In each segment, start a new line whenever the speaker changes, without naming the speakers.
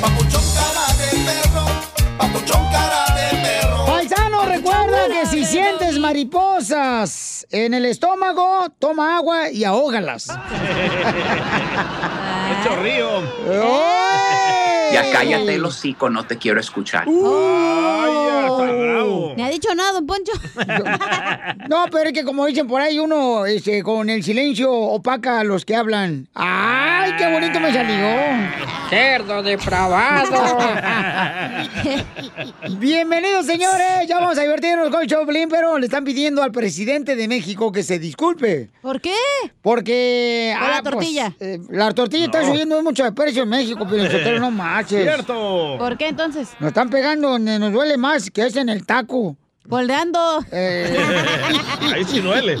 Papuchón cara de perro, papuchón cara de perro.
Paisano, recuerda que si sientes mariposas en el estómago, toma agua y ahógalas.
Hecho río.
Ya cállate el hocico, no te quiero escuchar.
¡Uh!
¿Me ha dicho nada, don Poncho?
No, pero es que como dicen por ahí, uno este, con el silencio opaca a los que hablan. ¡Ay, qué bonito me salió! ¡Cerdo Bienvenidos, señores. Ya vamos a divertirnos con el show, de Piolín, pero le están pidiendo al presidente de México que se disculpe.
¿Por qué?
Porque...
Por la
pues,
tortilla.
eh, la tortilla está subiendo mucho de precio en México, pero nosotros no marches.
Cierto.
¿Por qué entonces?
Nos están pegando donde nos duele más, que es en el taco. Eh,
Voldeando.
Ahí sí duele.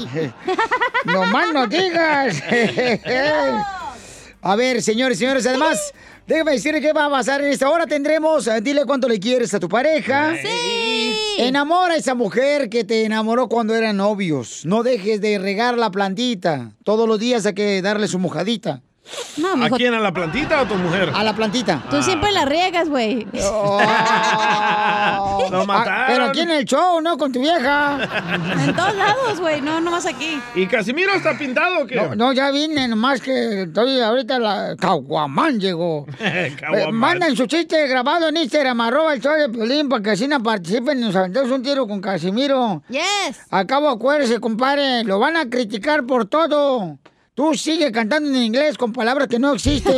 No más no digas. A ver, señores, señores, además, déjame decirle qué va a pasar en esta hora. Tendremos, eh, dile cuánto le quieres a tu pareja. Enamora a esa mujer que te enamoró cuando eran novios. No dejes de regar la plantita. Todos los días hay que darle su mojadita.
No,
¿A
mijo,
quién? ¿A la plantita o a tu mujer?
A la plantita.
tú siempre la riegas, güey.
Oh.
Lo
Ah, pero
mataron.
aquí en el show, no con tu vieja.
En todos lados, güey. No, nomás aquí.
¿Y Casimiro está pintado o qué?
No, no, ya vine, nomás que estoy ahorita la Caguamán llegó. Eh,
Caguamán.
mandan su chiste grabado en Instagram, arroba el show de Piolín, para que así no participen y nos aventemos un tiro con Casimiro.
Yes.
Acabo, acuérdese, compadre, lo van a criticar por todo. Tú sigue cantando en inglés con palabras que no existen.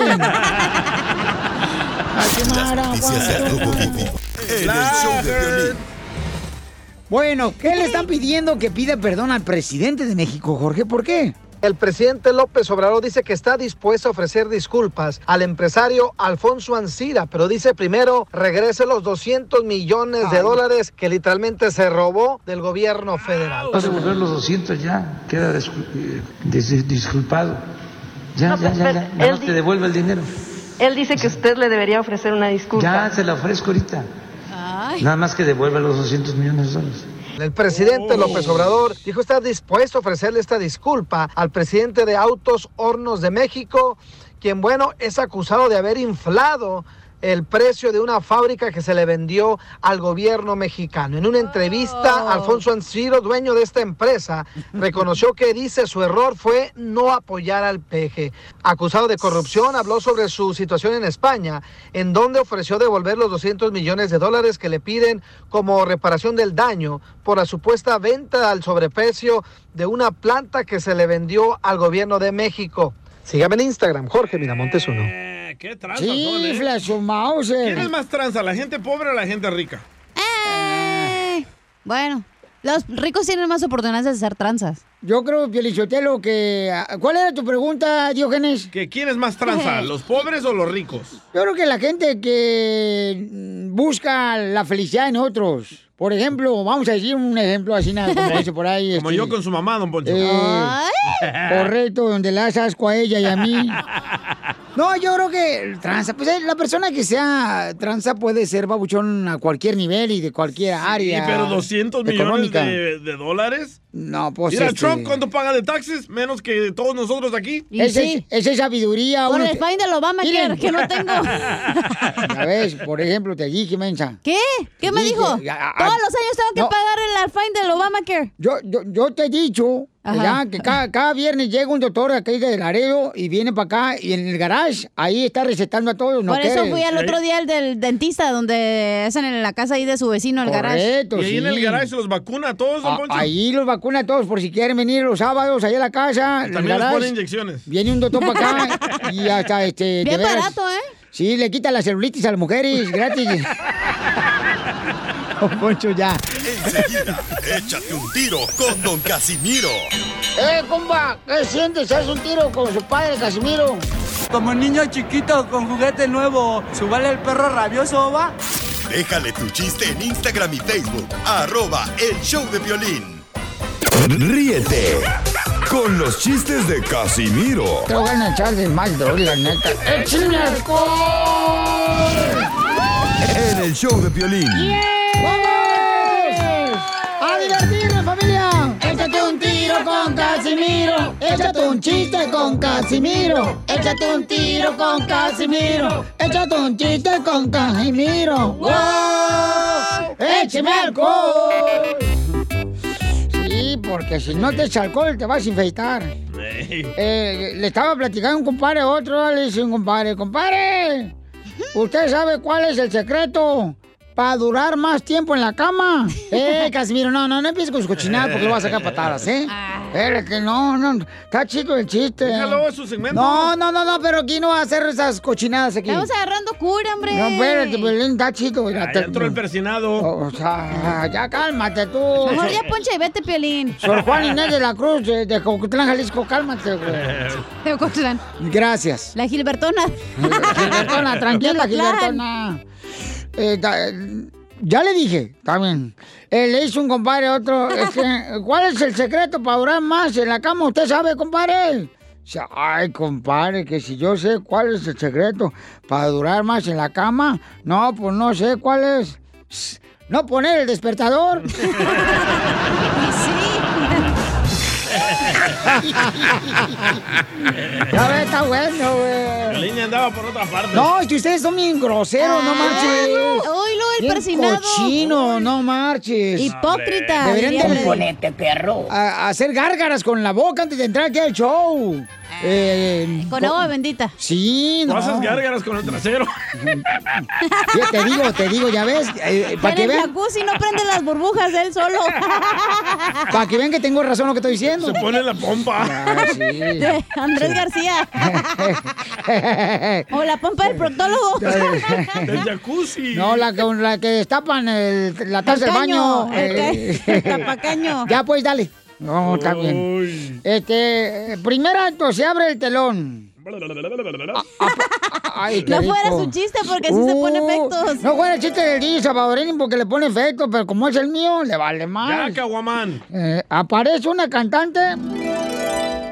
Casimara,
Noticias del
guau.
Rojo Vivo. En el show de violín.
Bueno, ¿qué le están pidiendo que pida perdón al presidente de México, Jorge? ¿Por qué?
El presidente López Obrador dice que está dispuesto a ofrecer disculpas al empresario Alfonso Ancira, pero dice primero regrese los 200 millones de dólares que literalmente se robó del gobierno federal.
Vas a volver los 200 ya, queda discul- eh, dis- disculpado. Ya,
pues,
pues,
ya, ya, ya, ya no te devuelve el dinero.
Él dice que usted le debería ofrecer una disculpa.
Ya se la ofrezco ahorita. Nada más que devuelva los 200 millones de dólares.
El presidente López Obrador dijo está dispuesto a ofrecerle esta disculpa al presidente de Autos Hornos de México, quien bueno es acusado de haber inflado el precio de una fábrica que se le vendió al gobierno mexicano. En una entrevista, Alfonso Anciro, dueño de esta empresa, reconoció que dice su error fue no apoyar al PG. Acusado de corrupción, habló sobre su situación en España, en donde ofreció devolver los 200 millones de dólares que le piden como reparación del daño por la supuesta venta al sobreprecio de una planta que se le vendió al gobierno de México. Sígame en Instagram, Jorge Miramontes uno.
Eh, ¿Qué tranza son, eh?
Chifla su
¿Quién es
Mauser.
más tranza, la gente pobre o la gente rica?
Eh, Bueno, los ricos tienen más oportunidades de hacer tranzas.
Yo creo, Pielichotelo, que... ¿Cuál era tu pregunta, Diógenes?
¿Que ¿Quién es más tranza,
Eh.
los pobres o los ricos?
Yo creo que la gente que mm, busca la felicidad en otros. Por ejemplo, vamos a decir un ejemplo así, nada, como dice por ahí.
Como
este,
yo con su mamá, don Poncho.
eh,
Ay,
correcto, donde la haces asco a ella y a mí. No, yo creo que el tranza, pues eh, la persona que sea tranza puede ser babuchón a cualquier nivel y de cualquier
y
área.
pero 200 millones
económica.
de, de dólares.
No, pues.
Mira,
este,
Trump, ¿cuánto paga de taxes? Menos que todos nosotros aquí.
Y
ese
sí.
es- esa es sabiduría.
Por
uno
el
te-
spine del Obama
Miren.
que no tengo.
Ya ves, por ejemplo, te dije, mensa.
¿Qué? ¿Qué me
Dije,
dijo?
a- a-
Todos los años tengo que
no.
pagar el alfine del Obamacare.
Yo, yo, yo te he dicho Ya, que cada, cada viernes llega un doctor aquí de Laredo y viene para acá y en el garage, ahí está recetando a todos. No
Por eso
quiere.
fui al otro día al del dentista, donde hacen en la casa ahí de su vecino, el garage.
Correcto,
y ahí en
sí. Ah,
el garage se los vacuna a todos, don
A-
Poncho.
Ahí los vacuna a todos por si quieren venir los sábados allá a la casa. ah, el
También les
garage.
ponen inyecciones.
Viene un doctor para acá y hasta este. de
Bien
veras.
barato, ¿eh?
Sí, le quita la celulitis a las mujeres gratis. Don Poncho, ya.
Enseguida, échate un tiro con Don Casimiro.
¡Eh, compa! ¿Qué sientes? ¿Haz un tiro con su padre, Casimiro?
Como niño chiquito con juguete nuevo, subale el perro rabioso, va.
Déjale tu chiste en Instagram y Facebook, arroba el show de violín. Ríete con los chistes de Casimiro
Te van a echar de mal, droga, la neta.
¡Échame
en el show de violín.
¡Vamos! ¡A divertirnos, familia! Échate un tiro con Casimiro. Échate un chiste con Casimiro. Échate un tiro con Casimiro. Échate un chiste con Casimiro. ¡Wow! ¡Échame alcohol! Sí, porque si no te echas alcohol te vas a infectar. Eh, le estaba platicando a un compadre, a otro le dice un compadre, compadre, ¿usted sabe cuál es el secreto para durar más tiempo en la cama? Eh, Casimiro, no, no, no empieces con su cochinada porque lo vas a sacar a patadas, ¿eh?
Ah.
Eh, que no, no, está chido el chiste.
Déjalo, es su segmento.
No, no, no, no, pero aquí no va a hacer esas cochinadas aquí.
Estamos agarrando cura, hombre.
No, espérate, Belén, está chido. mira,
Ahí
te-
entró el persinado.
o sea, ya cálmate tú.
Mejor ya ponche y vete, Piolín.
Sor Juan Inés de la Cruz, de, de Cocotlán, Jalisco, cálmate, güey.
De Ocotlán.
Gracias.
La Gilbertona.
Gilbertona, tranquila,
De Ocotlán.
Gilbertona. Eh, da- eh, ya le dije, también. Eh, le hizo un compadre a otro. es que, ¿Cuál es el secreto para durar más en la cama? ¿Usted sabe, compadre? Dice, Ay, compadre, que si yo sé cuál es el secreto para durar más en la cama, no, pues no sé cuál es. Shh, No poner el despertador. Ya ves, está bueno, güey.
Piolín ya andaba por otra parte.
No, es que ustedes son bien groseros, no marches.
Ah, Oílo, el
Bien
persinado.
cochino, no marches.
Hipócrita, diría
Deberían de...
Piolín. Componente,
perro. hacer gárgaras con la boca antes de entrar aquí al show. Eh,
Ah, Con agua bendita.
Sí,
No
no.
haces gárgaras con el trasero.
Yo te digo, te digo, ya ves, para Eh, que
Pero el
vean,
jacuzzi no prende las burbujas él solo.
para que vean que tengo razón lo que estoy diciendo. Ah,
Se pone la pompa.
De Andrés García. o la pompa del proctólogo.
Del jacuzzi.
No, la que, la que destapan el- la taza del
Tacaño,
baño.
el ca-
eh.
el tapacaño.
Ya pues, dale. No, está bien. Este, primer acto, se abre el telón. Ay, qué
No fuera
rico.
su chiste porque sí se pone
Uh,
efectos.
No fuera el chiste del DJ Salvadorín porque le pone efectos, pero como es el mío, le vale más.
Ya, Caguamán.
Eh, aparece una cantante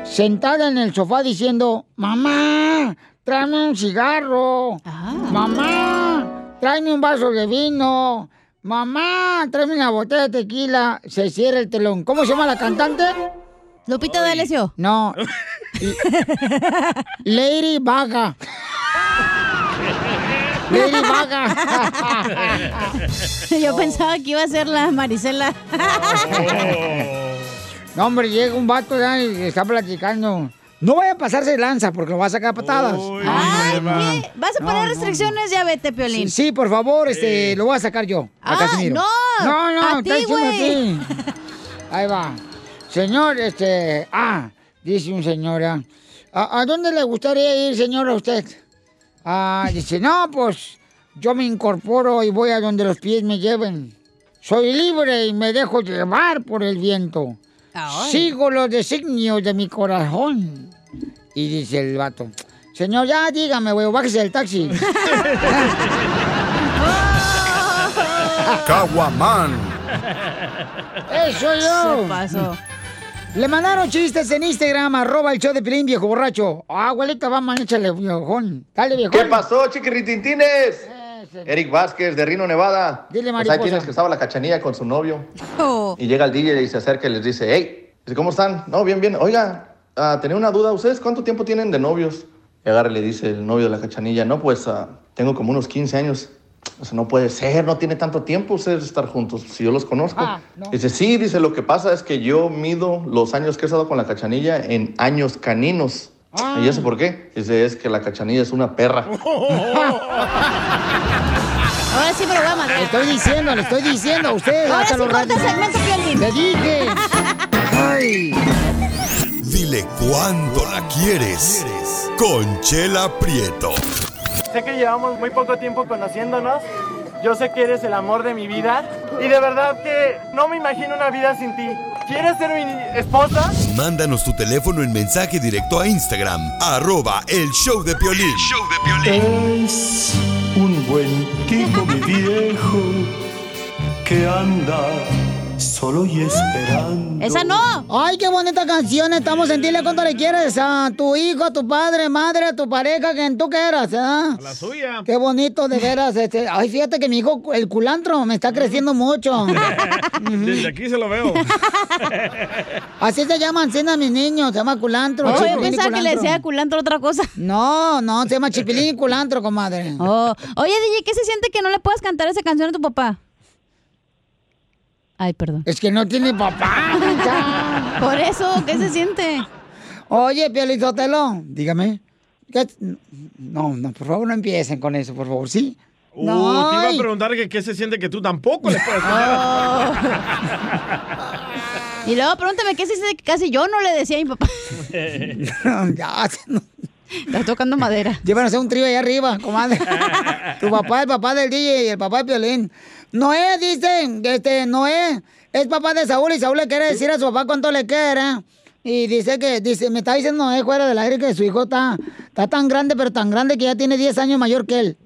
sentada en el sofá diciendo, mamá, tráeme un cigarro.
Ah.
Mamá, tráeme un vaso de vino. Mamá, tráeme una botella de tequila. Se cierra el telón. ¿Cómo se llama la cantante?
Lupita D'Alessio.
No. Lady Vaga. Lady Vaga.
Yo pensaba que iba a ser la Marisela.
Oh.
No, hombre, llega un vato ya y está platicando. No vaya a pasarse de lanza porque lo va a sacar a patadas.
Ay, ¿qué? ¿Vas a
No,
poner
no,
restricciones? Ya vete, Piolín.
Sí, sí, por favor, este, lo voy a sacar yo. A
Ah,
Casimiro.
no,
No, no,
a
está
ti,
diciendo a
güey.
ti. Ahí va. Señor, este. Ah, dice un señor. ah, ¿A, a dónde le gustaría ir, señor, a usted? Ah, dice, no, pues yo me incorporo y voy a donde los pies me lleven. Soy libre y me dejo llevar por el viento. Sigo los designios de mi corazón. Y dice el vato, señor, ya dígame, güey, bájese del taxi.
Caguaman.
¡Eso yo!
Se pasó.
Le mandaron chistes en Instagram, arroba el show de Pilín, viejo borracho. Ah, abuelita, vamos, échale, viejón. Dale, viejón.
¿Qué pasó, chiquiritintines?
Eh,
Eric Vázquez de Rino, Nevada.
Dile,
Pues ahí
mariposa.
tienes que estaba la cachanilla con su novio.
Oh.
Oh,
Y llega el DJ y se acerca y les dice, hey, dice, ¿cómo están? No, bien, bien. Oiga, ah, tenía una duda. ¿Ustedes cuánto tiempo tienen de novios? Y agarra y le dice el novio de la cachanilla, no, pues ah, tengo como unos 15 años. Eso no puede ser, no tiene tanto tiempo ustedes de estar juntos, si yo los conozco.
Ah, no.
Dice, sí, dice, lo que pasa es que yo mido los años que he estado con la cachanilla en años caninos.
Ah.
¿Y eso por qué? Dice, es que la cachanilla es una perra.
Ahora sí me lo voy a mandar. Le estoy diciendo, le estoy diciendo a ustedes.
Ahora
hasta
sí
los
corta
radio-
segmento, Piolín.
Le dije. Ay.
Dile cuándo la quieres. Conchela Prieto.
Sé que llevamos muy poco tiempo conociéndonos. Yo sé que eres el amor de mi vida. Y de verdad que no me imagino una vida sin ti. ¿Quieres ser mi esposa?
Mándanos tu teléfono en mensaje directo a Instagram, arroba el show de Piolín.
Es un buen tipo, mi viejo, que anda solo y esperando.
¡Esa no! ¡Ay, qué bonita canción! Estamos en Dile cuánto le quieres a tu hijo, a tu padre, madre, a tu pareja, quien tú quieras, ¿ah?
La suya.
Qué bonito, de veras. Este. Ay, fíjate que mi hijo, el culantro, me está creciendo mucho.
Desde aquí se lo veo.
Así se llaman cena mis niños, se llama culantro.
Oh, yo
chipilín y
pensaba que le decía
culantro otra cosa. No, no, se llama chipilín y culantro, comadre.
Oh, Oye, DJ, ¿qué se siente que no le puedas cantar esa canción a tu papá?
Ay, perdón. Es que no tiene papá. Por eso, ¿qué se siente? Oye, Piolizotelo, dígame. ¿qué- No, no, por favor, no empiecen con eso, por favor, ¿sí?
Uh,
no,
te iba a
ay.
preguntar que qué se siente que tú tampoco le puedes
Y luego pregúntame qué se siente que casi yo no le decía a mi papá.
ya, Estás tocando madera. Llévanos a un trío allá arriba, comadre. tu papá, el papá del DJ y el papá de Piolín. Noé, dicen, este, Noé es papá de Saúl y Saúl le quiere decir a su papá cuánto le quiere. Y dice que, dice, me está diciendo Noé fuera del aire que su hijo está, está tan grande, pero tan grande que ya tiene 10 años mayor que él.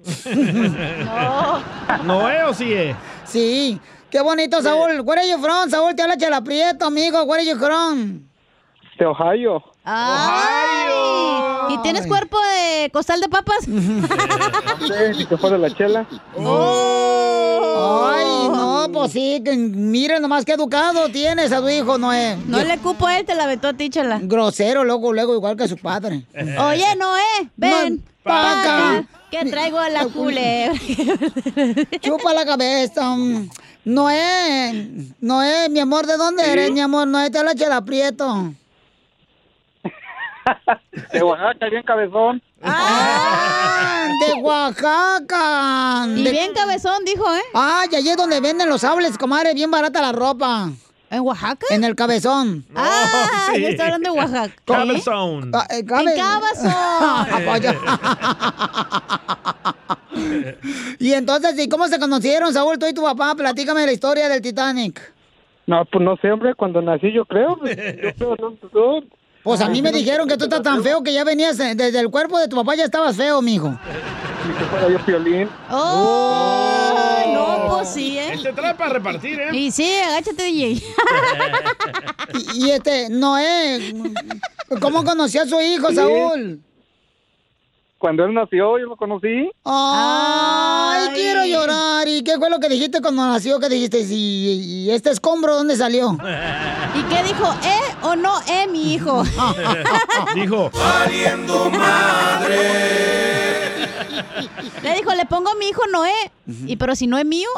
no. ¿No es o sí es?
Sí. Qué bonito, Saúl. Where are you from? Saúl, te habla Chela Prieto, amigo. Where are you from?
De Ohio.
¿Y tienes cuerpo de costal de papas?
Sí, que fue de la chela.
Ay, no, pues sí, que- mira nomás qué educado tienes a tu hijo, Noé. No le cupo a él, te la vetó a ti, chela. Grosero, loco, luego, igual que a su padre.
Oye, Noé, ven
pa'
para
acá.
acá, que traigo a la culebra.
Chupa la cabeza. mm. Noé, Noé, mi amor, ¿de dónde eres, mi amor? Noé, te la chela prieto.
De Oaxaca, bien cabezón.
¡Ah! ¡De Oaxaca!
Y bien
cabezón, dijo, ¿eh? Ay, allí es donde venden los sables, comadre, bien barata la ropa. ¿En Oaxaca? En el cabezón.
Ah, yo estaba hablando de Oaxaca.
Cabezón.
Ah.
Ca- eh, cabe- Ah, pues
En Cabazón.
Apoyo. y entonces, ¿y cómo se conocieron, Saúl, tú y tu papá? Platícame la historia del Titanic.
No, pues no sé, hombre, cuando nací yo creo. pues, yo creo, no, no.
Pues a mí me dijeron que tú estás tan feo que ya venías eh, desde el cuerpo de tu papá ya estabas feo, mijo.
Ni que fuera yo violín.
¡Oh! No, pues sí, ¿eh?
Este trae para repartir, ¿eh?
Y sí, agáchate, DJ.
Y, y este, Noé, ¿cómo conoció a su hijo,
Sí.
Saúl?
Cuando él nació, yo lo conocí.
Ay, quiero llorar. ¿Y qué fue lo que dijiste cuando nació? ¿Qué dijiste? ¿Y, y este escombro dónde salió?
¿Y qué dijo? ¿Eh o no, eh, mi hijo?
Dijo.
Le dijo, le pongo a mi hijo Noé. Y pero si no es mío.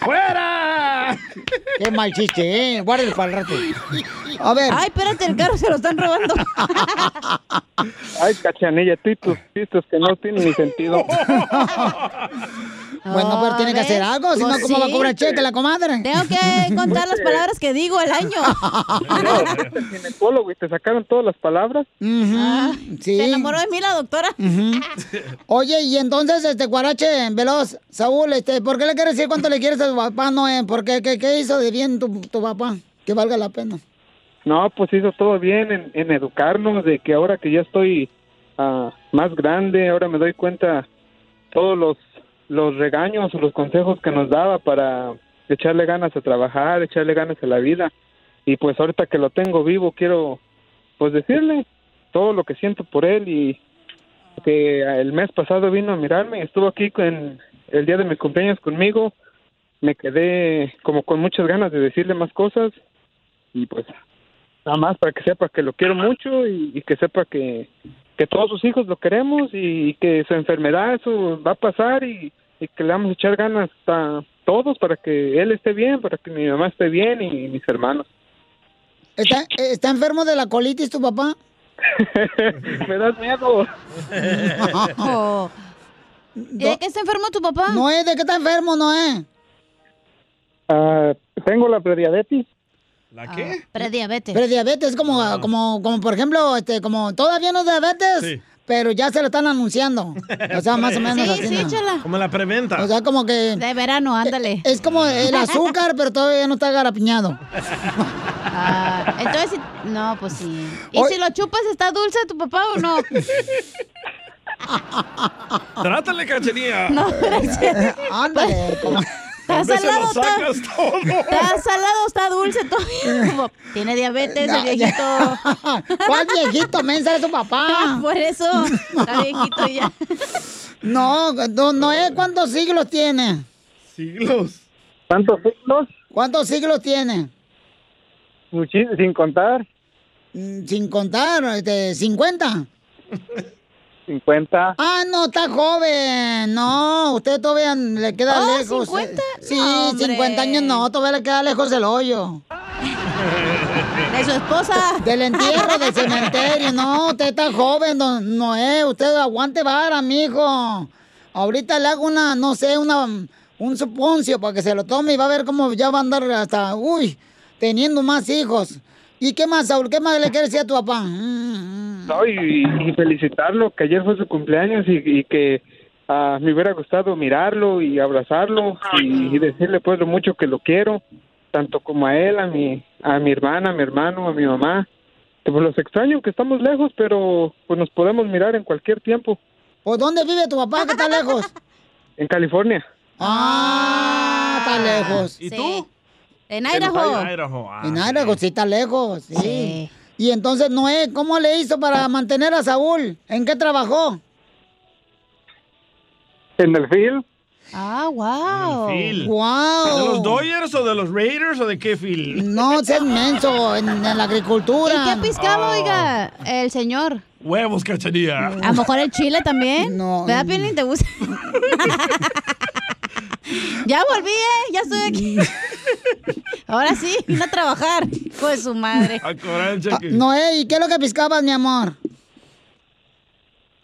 ¡Fuera! Qué mal chiste, ¿eh? Guárdalo para el rato. A ver.
Ay, espérate, el carro se lo están robando.
Ay, cachanilla, tú y tus chistes que no tienen ni sentido.
Bueno, Pues pero tiene que hacer algo, si no, ¿cómo va a cobrar cheque la comadre?
Pues Tengo que contar
Pues,
las palabras que digo el año.
este Ginecólogo, y te sacaron todas las palabras.
Ah, sí.
Se enamoró de mí la doctora.
Oye, y entonces, este, Guarache, Veloz, Saúl, este, ¿por qué le quieres decir cuánto le quieres a tu papá, Noé? ¿Por qué, qué, qué hizo de bien tu, tu papá? Que valga la pena.
No, pues hizo todo bien en, en educarnos, de que ahora que ya estoy ah, más grande, ahora me doy cuenta todos los, los regaños, los consejos que nos daba para echarle ganas a trabajar, echarle ganas a la vida. Y pues ahorita que lo tengo vivo, quiero pues decirle todo lo que siento por él y que el mes pasado vino a mirarme, estuvo aquí en el día de mi cumpleaños conmigo, me quedé como con muchas ganas de decirle más cosas y pues nada más para que sepa que lo quiero mucho y, y que sepa que que todos sus hijos lo queremos y que su enfermedad eso va a pasar y, y que le vamos a echar ganas a todos para que él esté bien, para que mi mamá esté bien y, mis hermanos.
¿Está, ¿Está enfermo de la colitis tu papá?
Me das miedo.
¿Y Oh. de qué está enfermo tu papá?
No es, ¿de qué está enfermo, no eh? es?
Ah, tengo la prediabetes.
¿La qué?
Prediabetes.
Prediabetes, como, como, como por ejemplo, este, como todavía no es diabetes,
Sí.
pero ya se lo están anunciando. O sea, más o menos así. ¿no?
Como la preventa.
O sea, como que... De verano, ándale. Es como el azúcar, pero todavía no está garapiñado.
Ah, entonces, sí- no, pues sí. ¿Y si lo chupas, está dulce tu papá o no?
Trátale, cachanía.
No, gracias.
Ándale.
Está
Hombre, se lo
salado,
sacas
está, está salado, está dulce todo. Tiene diabetes el
No,
viejito.
¿Cuál viejito? Mensa es tu papá.
Por eso, está viejito ya.
No, no, no es cuántos siglos tiene.
¿Siglos?
¿Cuántos siglos?
¿Cuántos siglos tiene?
Muchi- sin contar,
Mm, Sin contar, este, 50.
50.
Ah, no, está joven. No, usted todavía le queda
Oh,
lejos.
50?
Sí,
No, hombre.
50 años no, todavía le queda lejos el hoyo.
De su esposa.
Del entierro, del cementerio. No, usted está joven, don Noé. Usted aguante vara, mijo. Ahorita le hago una, no sé, una, un suponcio para que se lo tome y va a ver cómo ya va a andar hasta, uy, teniendo más hijos. ¿Y qué más, Saúl? ¿Qué más le quieres decir a tu papá? Mm,
No, y, y felicitarlo, que ayer fue su cumpleaños y, y que ah, me hubiera gustado mirarlo y abrazarlo y, y decirle pues lo mucho que lo quiero, tanto como a él, a mi, a mi hermana, a mi hermano, a mi mamá. Que, pues los extraño que estamos lejos, pero pues nos podemos mirar en cualquier tiempo.
¿Pues dónde vive tu papá que está lejos?
En California.
Ah, está lejos.
¿Y tú? En
En
Idaho.
Idaho.
Ah,
En Idaho, sí está lejos, sí. Y entonces, Noé, ¿cómo le hizo para mantener a Saúl? ¿En qué trabajó?
En el field.
Ah, wow.
Phil.
Wow. Mm.
¿De los Dodgers o de los Raiders o de qué Phil?
No, seas menso, en, en la agricultura.
¿Y qué
Ah.
piscaba, oiga, el señor?
Huevos, cachanía.
A lo
Mm.
mejor el chile también. No. ¿Verdad, Piolín? ¿Te gusta? ya volví, ¿eh? Ya estoy aquí. Ahora sí, vine a trabajar. Pues su madre.
A cobrar el
Ah, Noé, ¿y qué es lo que piscabas, mi amor?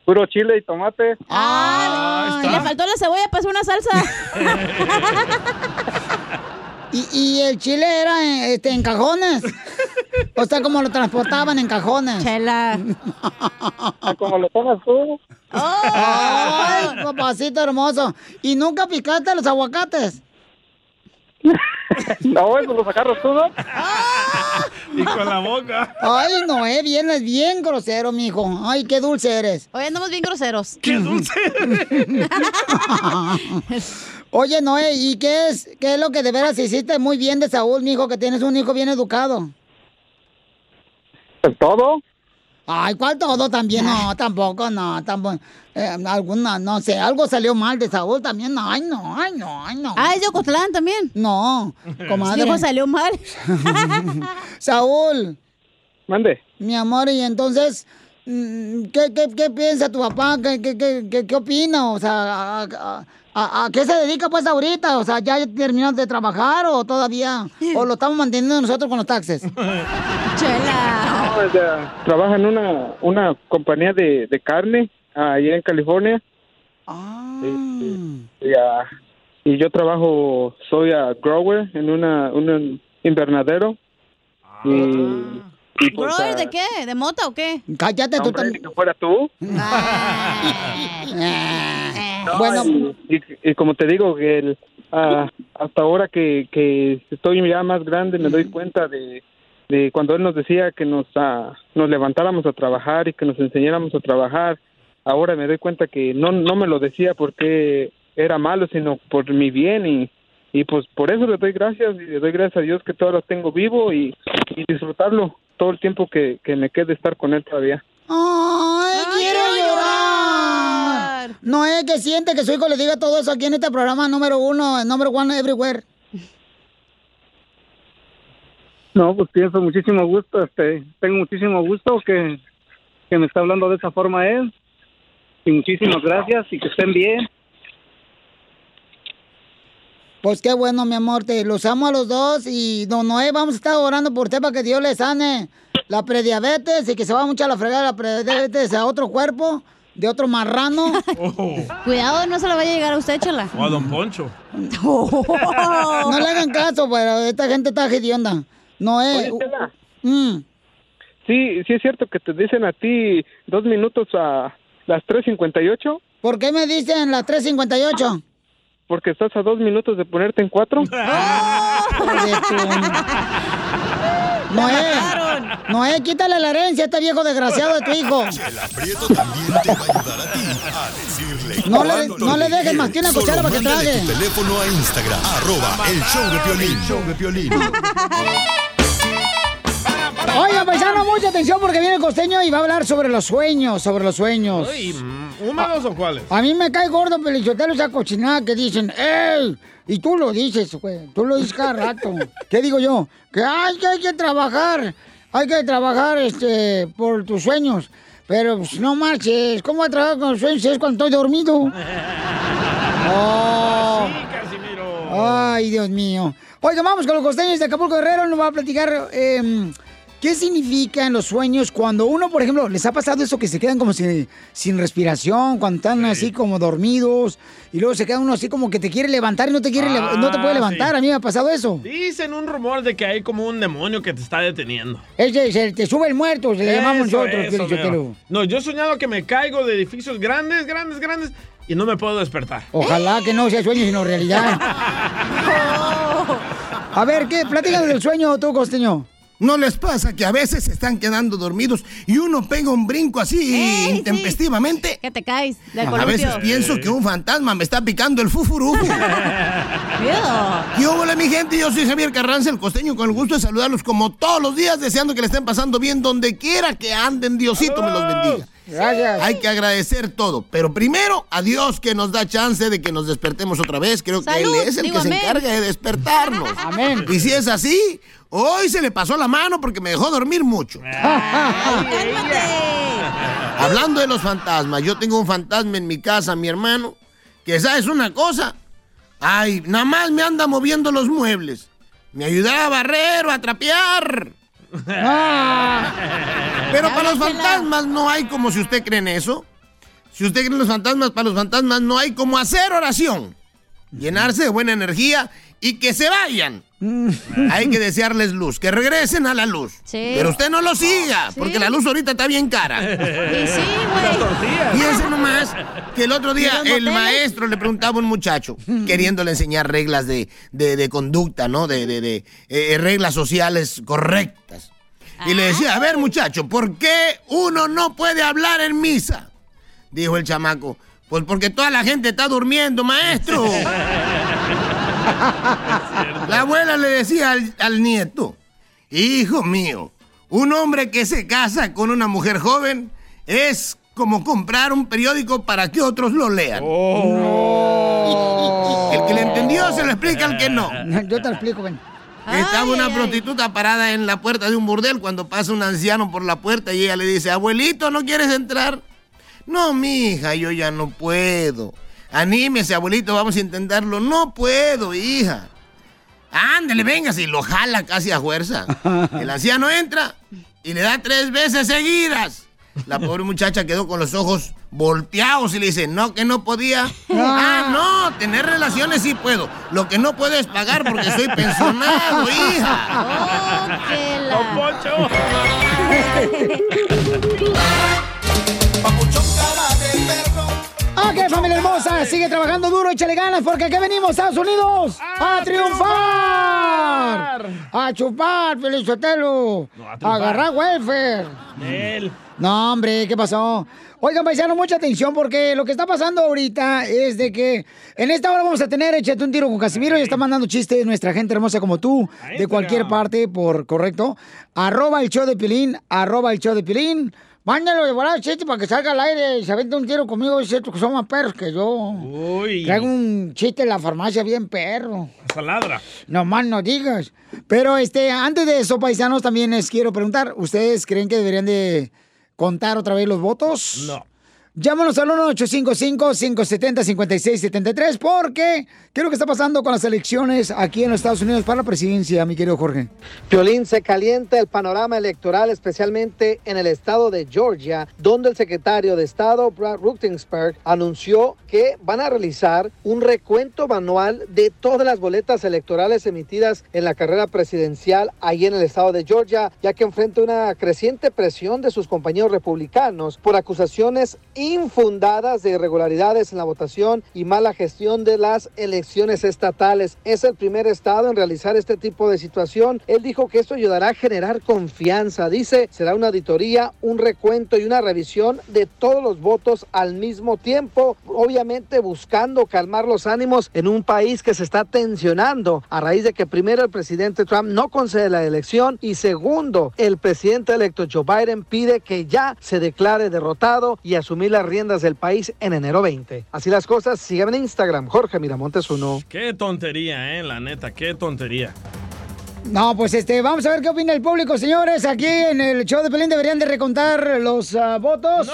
Puro chile y tomate.
Ah, y le faltó la cebolla para hacer una salsa.
¿Y, y el chile era en, este, en cajones? O sea, como lo transportaban en cajones.
Chela.
Ah, como lo tomas tú.
¡Ay, papacito hermoso! ¿Y nunca picaste los aguacates?
No, eso lo sacaron tú, ¿no?
Y con la boca.
Ay, Noé, vienes bien grosero, mijo. Ay, qué dulce eres.
Hoy andamos bien groseros.
¡Qué dulce!
Oye, Noé, ¿y qué es, qué es lo que de veras hiciste muy bien de Saúl, mijo? Que tienes un hijo bien educado.
¿Todo?
Ay, ¿cuál todo también? No, tampoco, no, tampoco. Eh, alguna, no sé, algo salió mal de Saúl también. No, ay, no, ay, no, ay, no.
Ah, es de Ocotlán también.
No, comadre.
Dijo, salió mal.
Saúl,
Mande.
mi amor, y entonces, mm, ¿qué, qué, qué piensa tu papá? ¿Qué, qué, qué, qué, qué opina? O sea, a, a- a- a qué se dedica pues ahorita? O sea, ¿ya terminaste de trabajar o todavía? ¿O lo estamos manteniendo nosotros con los taxes?
Chela.
No, ella trabaja en una, una compañía de, de carne allá en California.
Ah.
Mm.
Este, y, ah, y yo trabajo, soy a grower en una, un invernadero. Y, y, pues,
Ah. ¿Grower
ah,
de qué? ¿De mota o qué?
Cállate
hombre, si que fuera tú. No, y, y- y como te digo, que el, ah, hasta ahora que, que estoy ya más grande me doy cuenta de, de cuando él nos decía que nos, ah, nos levantáramos a trabajar y que nos enseñáramos a trabajar, ahora me doy cuenta que no, no me lo decía porque era malo, sino por mi bien y, y pues por eso le doy gracias y le doy gracias a Dios que todavía lo tengo vivo y, y disfrutarlo todo el tiempo que, que me quede estar con él todavía.
¡Ay, quiero llorar! No es que siente que su hijo le diga todo eso aquí en este programa número uno, el number one everywhere.
No, pues pienso muchísimo gusto, este, tengo muchísimo gusto que
que me está hablando de esa forma él. Y muchísimas gracias y que estén bien.
Pues qué bueno, mi amor, te los amo a los dos y don Noé, vamos a estar orando por usted para que Dios le sane la prediabetes y que se va mucho a la fregada la prediabetes a otro cuerpo, de otro marrano.
Cuidado, no se la vaya a llegar a usted, chala.
O a Don Poncho.
No le hagan caso, pero esta gente está hedionda. eh, Noé.
Oye, Chela.
Mm.
Sí, sí es cierto que te dicen a ti dos minutos a las 3.58
¿Por qué me dicen las 358?
porque estás a dos minutos de ponerte en cuatro.
Noé, Noé, eh, quítale la herencia a este viejo desgraciado de tu hijo.
Chela Prieto también te va a ayudar a ti a decirle
No le-
cuánto
no le dejes más que una
quieres.
cuchara
Solo
para que
mándale
trague.
tu teléfono a Instagram, arroba el show de Piolín.
Oiga, paisano, mucha atención porque viene el costeño y va a hablar sobre los sueños, sobre los sueños.
Ay, mm,
Ah,
¿Húmedos o cuáles?
A mí me cae gordo pelichotelo esa cochinada que dicen, ¡ey! Y tú lo dices, güey. Tú lo dices cada rato. ¿Qué digo yo? Que hay que, hay que trabajar. Hay que trabajar este, por tus sueños. Pero pues, no marches. ¿Cómo voy a trabajar con los sueños si es cuando estoy dormido? Oh. Ay, Dios mío. Oiga, vamos con los costeños de Acapulco Guerrero. Nos va a platicar eh, qué significan los sueños cuando uno, por ejemplo, les ha pasado eso que se quedan como sin, sin respiración, cuando están así como dormidos y luego se queda uno así como que te quiere levantar y no te quiere, leva- no te puede
Ah,
levantar.
sí.
A mí me ha pasado eso.
Dicen un rumor de que hay como un demonio que te está deteniendo.
Ese es el- te sube el muerto, se le llamamos
Eso,
nosotros,
eso,
Pelichotelo.
mero. No, yo he soñado que me caigo de edificios grandes, grandes, grandes y no me puedo despertar. ¡Eh!
Ojalá que no sea sueño sino realidad. A ver, ¿qué? Platícanos del sueño tú, costeño.
¿No les pasa que a veces se están quedando dormidos y uno pega un brinco así intempestivamente?
Que te caes del
A
columpio.
veces pienso que un fantasma me está picando el fufurufu. ¿Qué hola mi gente? Yo soy Javier Carranza, el costeño, con el gusto de saludarlos como todos los días, deseando que le estén pasando bien donde quiera que anden. Diosito me los bendiga.
Gracias.
Hay que agradecer todo, pero primero a Dios que nos da chance de que nos despertemos otra vez. Creo que
Salud,
Él es el
digo
que se
amén.
encarga de despertarnos. Amén. Y si es así, hoy se le pasó la mano porque me dejó dormir mucho. Hablando de los fantasmas, yo tengo un fantasma en mi casa, mi hermano, que sabes una cosa. Ay, nada más me anda moviendo los muebles. Me ayudaba a barrer o a trapear.
Ah.
Pero para los fantasmas no hay como si usted cree en eso. Si usted cree en los fantasmas, para los fantasmas no hay como hacer oración. Llenarse de buena energía y que se vayan.
Mm.
Hay que desearles luz, que regresen a la luz. Pero usted no lo siga, porque la luz ahorita está bien cara.
Y sí, güey. Las tortillas.
Piense nomás que el otro día
¿Y los
el
moteles?
maestro le preguntaba a un muchacho, queriéndole enseñar reglas de, de- de conducta, ¿no? De, de- de, eh, reglas sociales correctas. Y le decía, a ver muchacho, ¿por qué uno no puede hablar en misa? Dijo el chamaco, pues porque toda la gente está durmiendo, maestro. La abuela le decía al, al nieto, hijo mío, un hombre que se casa con una mujer joven es como comprar un periódico para que otros lo lean. El que le entendió se lo explica al que no.
Yo te lo explico, ven.
Estaba una prostituta parada en la puerta de un burdel cuando pasa un anciano por la puerta y ella le dice, abuelito, ¿no quieres entrar? No, mija, yo ya no puedo. Anímese, abuelito, vamos a intentarlo. No puedo, hija. Ándale, venga, y lo jala casi a fuerza. El anciano entra y le da tres veces seguidas. La pobre muchacha quedó con los ojos volteados y le dice, no, que no podía. Ah, no, tener relaciones sí puedo. Lo que no puedo es pagar porque soy pensionado, hija.
Ok, familia hermosa, sigue trabajando duro, échale ganas, porque aquí venimos, Estados Unidos, a, triunfar. A chupar, Felizotelo. a
triunfar.
agarrar welfare.
Él.
No, hombre, ¿qué pasó? Oigan, paisano, mucha atención porque lo que está pasando ahorita es de que en esta hora vamos a tener Échate un tiro con Casimiro. Ya está mandando chistes nuestra gente hermosa como tú, de cualquier parte, por correcto. Arroba el show de Pilín, arroba el show de Pilín. Mándalo de volar chiste para que salga al aire y se avente un tiro conmigo. Es cierto que son más perros que yo. Uy. Traigo un chiste en la farmacia bien perro.
Saladra.
Nomás no digas. Pero este, antes de eso, paisanos, también les quiero preguntar, ¿ustedes creen que deberían de contar otra vez los votos? No. Llámanos al 1-855-570-5673 porque ¿qué es lo que está pasando con las elecciones aquí en los Estados Unidos para la presidencia, mi querido Jorge?
Violín, se calienta el panorama electoral, especialmente en el estado de Georgia, donde el secretario de Estado, Brad Ruttensperg, anunció que van a realizar un recuento manual de todas las boletas electorales emitidas en la carrera presidencial ahí en el estado de Georgia, ya que enfrenta una creciente presión de sus compañeros republicanos por acusaciones infundadas de irregularidades en la votación y mala gestión de las elecciones estatales. Es el primer estado en realizar este tipo de situación. Él dijo que esto ayudará a generar confianza. Dice, será una auditoría, un recuento y una revisión de todos los votos al mismo tiempo, obviamente buscando calmar los ánimos en un país que se está tensionando a raíz de que primero el presidente Trump no concede la elección y segundo, el presidente electo Joe Biden pide que ya se declare derrotado y asumir las riendas del país en enero 20. Así las cosas, síganme en Instagram, Jorge Miramontes uno.
Qué tontería, eh, la neta, qué tontería.
No, pues este, vamos a ver qué opina el público, señores. Aquí en el show de Pelín deberían de recontar los ah, votos.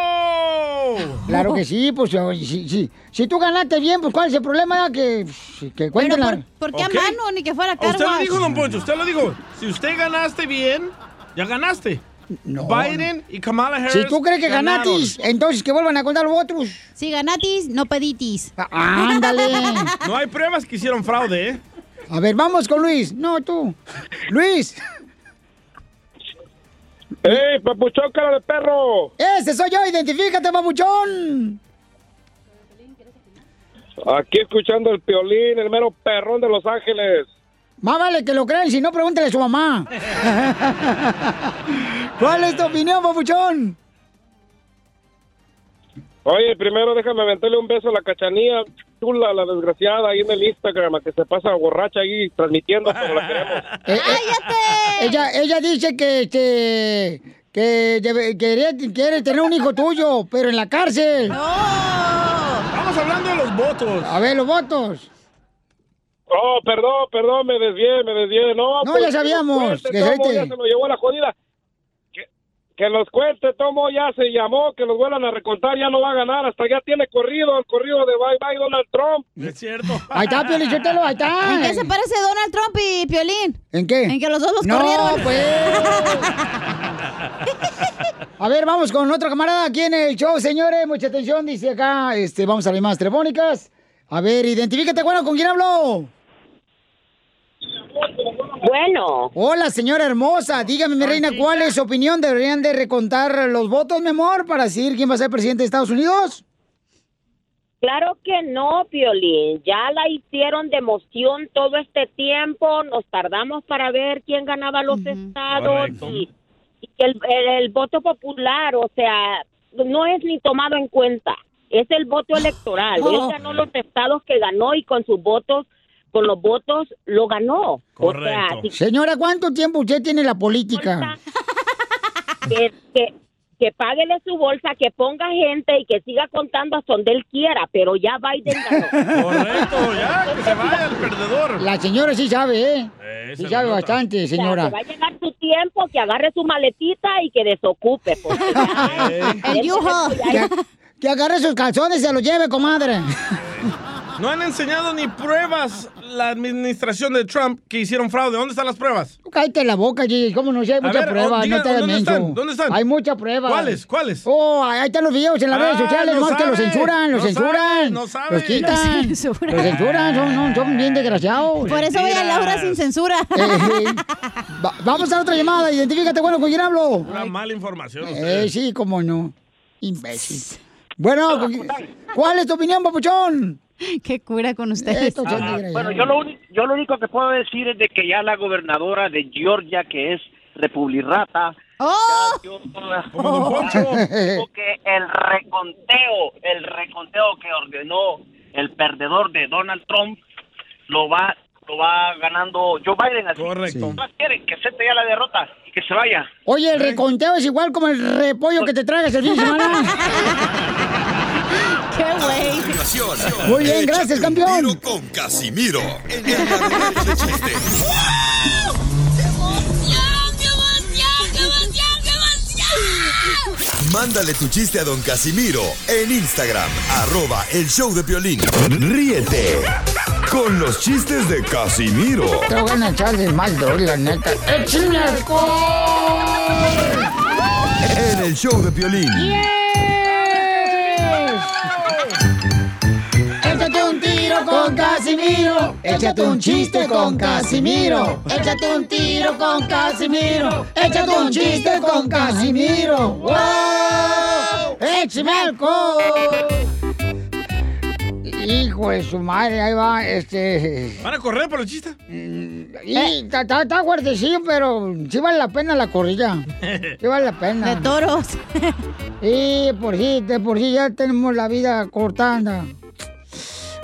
¡No! Claro que sí, pues oh, sí, sí. si tú ganaste bien, pues cuál es el problema que, que
Pero
cuenten la-
por, ¿por qué
Ok.
a mano? Ni que fuera
Usted lo
Carwash.
dijo, don Poncho, usted lo dijo. Si usted ganaste bien, ya ganaste. Biden y Kamala Harris.
Si tú crees que
ganaron.
ganatis, entonces que vuelvan a contar los otros. Ah,
Si ganatis, no peditis.
eh, Ándale.
No hay pruebas que hicieron fraude, ¿eh?
A ver, vamos con Luis. No, tú. Luis.
¡Ey, papuchón, cara de perro!
Ese soy yo, identifícate, papuchón.
Aquí escuchando el piolín, el mero perrón de Los Ángeles.
Más vale que lo crean, si no, pregúntale a su mamá. ¿Cuál es tu opinión, papuchón?
Oye, primero déjame aventarle un beso a la cachanía chula, la desgraciada, ahí en el Instagram, a que se pasa borracha ahí transmitiendo como la queremos.
Ella, ella dice que, este, que debe- quería- quiere tener un hijo tuyo, pero en la cárcel.
Estamos hablando de los votos.
A ver, los votos.
Oh, perdón, perdón, me desvié, me desvié. No, pues,
No, ya sabíamos,
Que
que
los
gente-
cuente, Tomo, ya se lo llevó la jodida. Que, que los cuente, Tomo, ya se llamó, que los vuelan a recontar, ya no va a ganar. Hasta ya tiene corrido, el corrido de Bye Bye Donald Trump.
Es cierto.
Ahí está, Piolín, Sotelo, ahí está.
¿En qué se parece Donald Trump y Piolín?
¿En qué?
En que los dos los
No,
corrieron.
pues. A ver, vamos con otro camarada aquí en el show, señores. Mucha atención, dice acá. Este, vamos a las más telefónicas. A ver, identifícate, bueno, ¿con quién hablo?
Bueno.
Hola, señora hermosa. Dígame, mi reina, ¿cuál es su opinión? ¿Deberían de recontar los votos, mi amor, para decidir quién va a ser presidente de Estados Unidos?
Claro que no, Piolín. Ya la hicieron de emoción todo este tiempo. Nos tardamos para ver quién ganaba los estados
Correcto.
y, y el, el- el voto popular, o sea, no es ni tomado en cuenta. Es el voto electoral.
Oh.
Él ganó los estados que ganó y con sus votos, con los votos lo ganó. O sea, si
Señora, ¿cuánto tiempo usted tiene en la política?
que, que, que páguele su bolsa, que ponga gente y que siga contando hasta donde él quiera, pero ya Biden ganó.
Correcto, ya, que se vaya el perdedor.
La señora sí sabe, ¿eh? sí sabe bastante, señora.
O sea, que va a llegar su tiempo, que agarre su maletita y que desocupe. pues. Porque ya,
El yujo. Que, que agarre sus calzones y se los lleve, comadre.
No han enseñado ni pruebas la administración de Trump que hicieron fraude. ¿Dónde están las pruebas?
Cállate la boca, Gigi. ¿Cómo no? sé? Hay
A
mucha
ver,
prueba.
oh, diga,
no te hagas
¿dónde
menso.
están? ¿Dónde están?
Hay mucha prueba.
¿Cuáles? ¿Cuáles?
Oh, ahí están los videos en las
Ah,
redes sociales,
no
no, que los
sabe,
censuran, los
no sabe,
censuran.
no sabe.
Los quitan.
Los
Los
censuran.
censuran, son, no, son bien desgraciados.
Por eso voy a Laura sin censura.
Eh, Va- vamos a otra llamada, identifícate, bueno, ¿con quién hablo?
Una mala información.
Eh,
ustedes.
sí, cómo no. Imbécil. Bueno, ¿con qui- ¿cuál es tu opinión, papuchón?
Qué cura con ustedes.
Estos son
Ah,
desgraciados.
bueno, yo lo, uni- yo lo único que puedo decir es de que ya la gobernadora de Georgia, que es republicata,
Oh.
ya dio- dijo que el reconteo, el reconteo que ordenó el perdedor de Donald Trump lo va lo va ganando Joe Biden. Así. Correcto. quieren que acepte ya la derrota y que se vaya.
Oye,
Eh.
el reconteo es igual como el repollo que te tragas el fin de semana.
Qué güey.
Muy bien, gracias, campeón.
Con Casimiro.
Mándale tu chiste a don Casimiro en Instagram, arroba el show de Piolín. Ríete con los chistes de Casimiro
Te voy a echar de mal, doy, la neta. ¡Échame alcohol!
en el show de Piolín.
Échate un tiro con Casimiro. Échate un chiste con Casimiro. Échate un tiro con Casimiro. Échate un chiste con Casimiro. ¡Wow! ¡Échame alcohol! Hijo de su madre, ahí va, este...
¿Van a correr por el chiste? Eh.
Y está, está- está fuertecillo, pero sí vale la pena la corrida. Sí vale la pena. De toros. Y por sí, de por sí ya tenemos la vida cortada.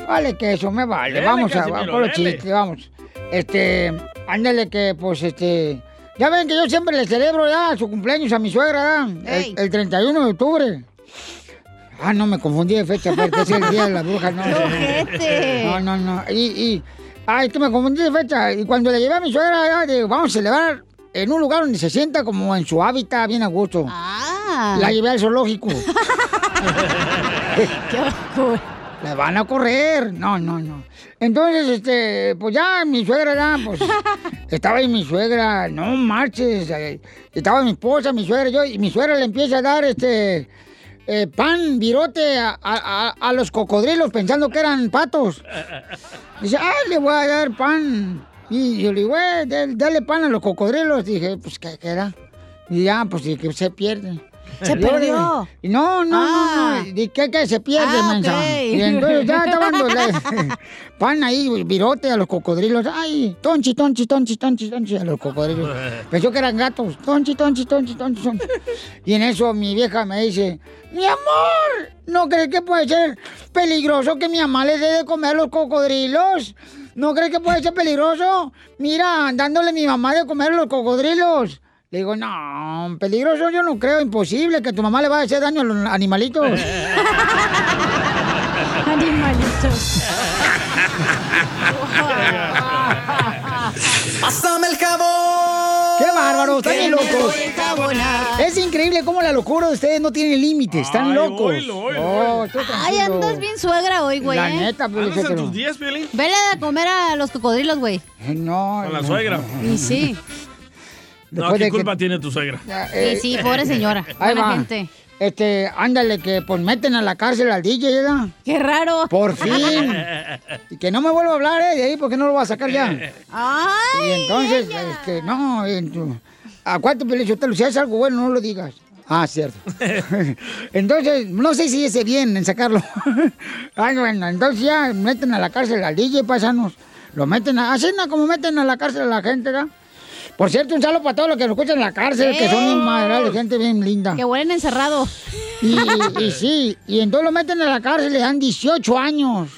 Vale que eso me vale.
Dele,
vamos a
Casimiro,
por los
dele.
chistes, vamos. Este, ándale que pues este... Ya ven que yo siempre le celebro ya su cumpleaños a mi suegra, ¿ya? El- el 31 de octubre. Ah, no, me confundí de fecha, porque es el día de la bruja, no.
¡Qué ojete!
No, no, no. Y, y, ay, que me confundí de fecha. Y cuando le llevé a mi suegra, ya, digo, vamos a celebrar en un lugar donde se sienta como en su hábitat, bien a gusto. Ah. La llevé al zoológico. Qué La van a correr. No, no, no. Entonces, este, pues ya mi suegra, ya, pues. Estaba ahí mi suegra, no marches. eh, Estaba mi esposa, mi suegra, yo, y mi suegra le empieza a dar este. eh, pan, virote a, a- a- a los cocodrilos pensando que eran patos. Dice, ay, le voy a dar pan. Y yo le digo, "Eh, de- dale pan a los cocodrilos. Dije, pues, ¿qué queda? Y ya, pues, y que se pierde.
Se
Y yo le-
perdió.
y No, no,
Ah.
no, no. ¿Y qué, qué? Se pierde,
Ah,
mensa.
ok.
Y entonces ya estaban los pan ahí, virote a los cocodrilos. Ay, tonchi, tonchi, tonchi, tonchi, tonchi, a los cocodrilos. Pensó que eran gatos. Tonchi, tonchi, tonchi, tonchi, tonchi. Y en eso mi vieja me dice, mi amor, ¿no crees que puede ser peligroso que mi mamá le dé de comer a los cocodrilos? ¿No crees que puede ser peligroso? Mira, dándole mi mamá de comer a los cocodrilos. Le digo, no, peligroso yo no creo, imposible que tu mamá le vaya a hacer daño a los animalitos. animalitos.
¡Pásame el jabón!
¡Qué bárbaro! ¡Están
Que
bien
me voy
locos!
a enjabonar.
Es increíble cómo la locura de ustedes no tiene límites. Están locos.
oilo, oilo,
Oh,
oilo.
tú
Ay,
tranquilo.
andas bien suegra hoy, güey.
La
¿eh?
neta, pues, pero
¿Andas en tus días, Piolín?
Vele a comer a los cocodrilos, güey.
No.
Con la suegra.
Y sí.
No,
Después de
¿qué
que- eh.
culpa tiene tu suegra?
Sí, sí, pobre señora.
Ahí
Buena
va.
gente.
Este, ándale, que pues meten a la cárcel al DJ, ¿verdad?
¡Qué raro!
Por fin. Y que no me vuelva a hablar, ¿eh? De ahí, porque no lo voy a sacar ya.
¡Ay!
Y entonces, este, no, en tu- acuérdate, Pelín, Sotelo, si haces algo bueno, no lo digas. Ah, cierto. entonces, no sé si hice bien en sacarlo. Ay, bueno, entonces ya meten a la cárcel al DJ, paisanos. Lo meten a... Así no, como meten a la cárcel a la gente, ¿verdad? Por cierto, un saludo para todos los que nos escuchan en la cárcel, que son bien madera, gente bien linda. Que huelen encerrado. Y, y sí, y entonces lo meten a la cárcel, le dan 18 años.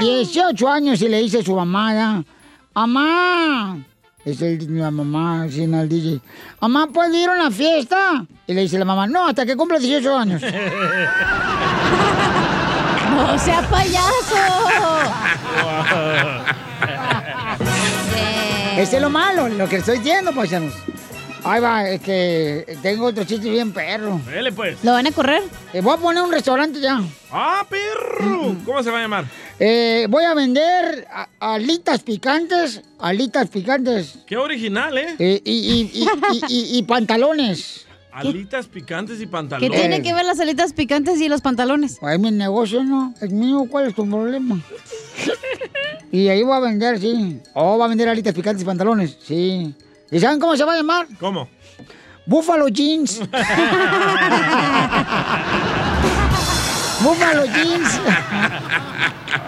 18 años y le dice a su mamá, ya, mamá, es el- la mamá, así no el DJ, mamá, ¿puedo ir a una fiesta? Y le dice la mamá, no, hasta que cumpla 18 años.
¡No sea payaso!
Ese Este es lo malo, lo que estoy diciendo, paisanos. Ahí va, es que tengo otro chiste bien perro.
Dele, pues.
¿Lo van a correr? voy a poner un restaurante ya.
¡Ah, perro!
Mm.
¿Cómo se va a llamar?
Eh, voy a vender a- alitas picantes, alitas picantes.
Qué original, ¿eh?
Eh, y, y- y- y- y- y pantalones.
Alitas picantes y
¿Qué
pantalones.
tiene que ver las alitas picantes y los pantalones?
Pues Es mi negocio, ¿no? Es mío, ¿cuál es tu problema? Y ahí va a vender, sí. Oh, va a vender alitas picantes y pantalones, sí. ¿Y saben cómo se va a llamar?
¿Cómo?
Buffalo Jeans. Buffalo Jeans.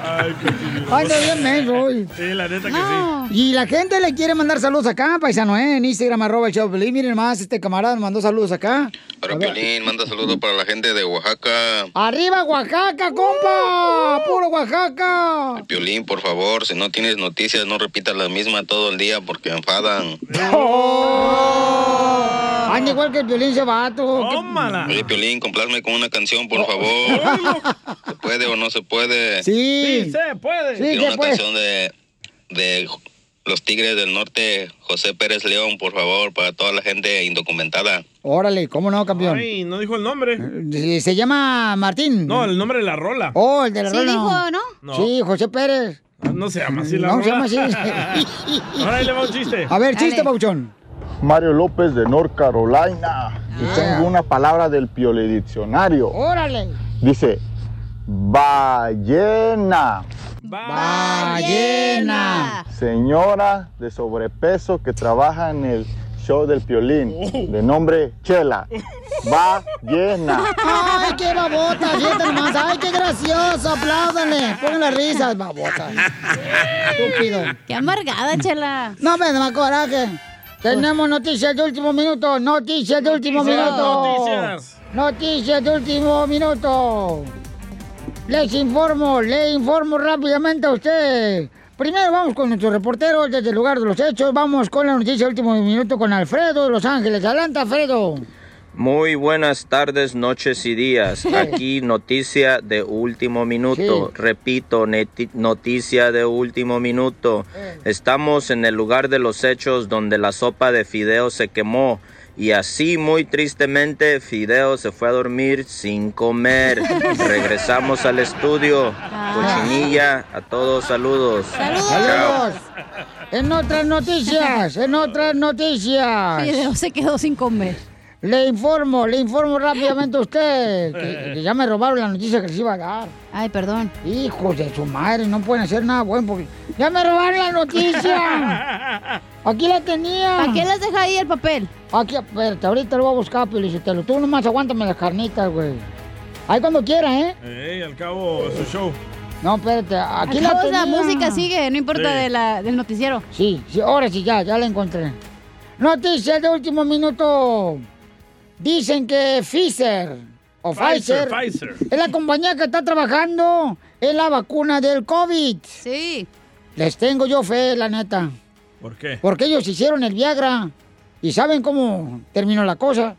Ay, Casimiro.
Ando bien menso hoy.
Sí, la neta que sí.
Y la gente le quiere mandar saludos acá, paisano, ¿eh? En Instagram, arroba el show. de Piolín. Miren más, este camarada nos mandó saludos acá.
Para Piolín, manda saludos para la gente de Oaxaca.
¡Arriba, Oaxaca,
Uh.
compa! ¡Puro Oaxaca!
Piolín, por favor, si no tienes noticias, no repitas las mismas todo el día porque enfadan.
¡Oh! Anda igual que el violín ese vato. ¡Tómala!
Oye, Piolín, complazme con una canción,
Oh.
por favor. ¿Se puede o no se puede?
Sí.
se puede.
Quiero una canción de, de Los Tigres del Norte, José Pérez León, por favor, para toda la gente indocumentada.
Órale, ¿cómo no, campeón?
Ay, no dijo el nombre.
Eh, Se llama Martín.
No, el nombre de la rola.
Oh, el de la
Sí
rola.
dijo, ¿no? No.
Sí, José Pérez.
No se llama así la
No,
rola.
se llama así.
Ahora ahí le va un chiste.
A ver, chiste, Pauchón.
Mario López de North Carolina.
Ah.
Y tengo una palabra del Piole Diccionario.
Órale.
Dice, ballena.
Ballena.
Señora de sobrepeso que trabaja en el show del Piolín. De nombre Chela. Ballena.
Ay, qué babota, fíjate nomás. Ay, qué gracioso, apláudale. Pónganle risas, babota. Estúpido. Qué amargada, chela. Mm. No me da coraje. Tenemos noticias de último minuto, noticias de último
Noticias,
minuto.
noticias.
Noticias de último minuto. Les informo, les informo rápidamente a usted. Primero vamos con nuestro reportero desde el lugar de los hechos. Vamos con la noticia de último minuto con Alfredo de Los Ángeles. Adelante, Alfredo.
Muy buenas tardes, noches y días. Aquí noticia de último minuto. Repito, neti- noticia de último minuto. Estamos en el lugar de los hechos donde la sopa de fideo se quemó. Y así, muy tristemente, Fideo se fue a dormir sin comer. Regresamos al estudio. Cochinilla, a todos saludos. Chao.
Saludos. En otras noticias, en otras noticias.
Fideo
se quedó sin comer. Le informo, le informo rápidamente a usted que, que ya me robaron la noticia que les iba a dar. Ay, perdón. Hijos de su madre, no pueden hacer nada bueno porque ya me robaron la noticia. Aquí la tenía. ¿Para qué las deja ahí el papel? Aquí, espérate, ahorita lo voy a buscar, Pelicitelo. Tú nomás aguántame las carnitas, güey. Ahí cuando quiera, ¿eh?
Ey, al cabo, es su show.
No, espérate, aquí
Al cabo,
la
la
tenía.
música sigue, no importa
Sí.
de la- del noticiero.
Sí, sí, ahora sí, ya, ya la encontré. Noticias de último minuto. Dicen que Pfizer o Pfizer,
Pfizer, Pfizer.
es la compañía que está trabajando en la vacuna del COVID. Sí. Les tengo yo fe, la neta.
¿Por qué?
Porque ellos hicieron el Viagra y saben cómo terminó la cosa.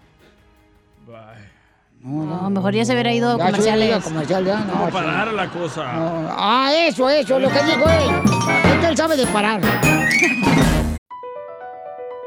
No, mejor ya se hubiera ido a
Ya se hubiera ido a
comerciales.
comercial, ya, no,
¿Cómo
sí.
parar la cosa?
Ah, eso, eso, lo que dijo él. Es que él sabe de parar.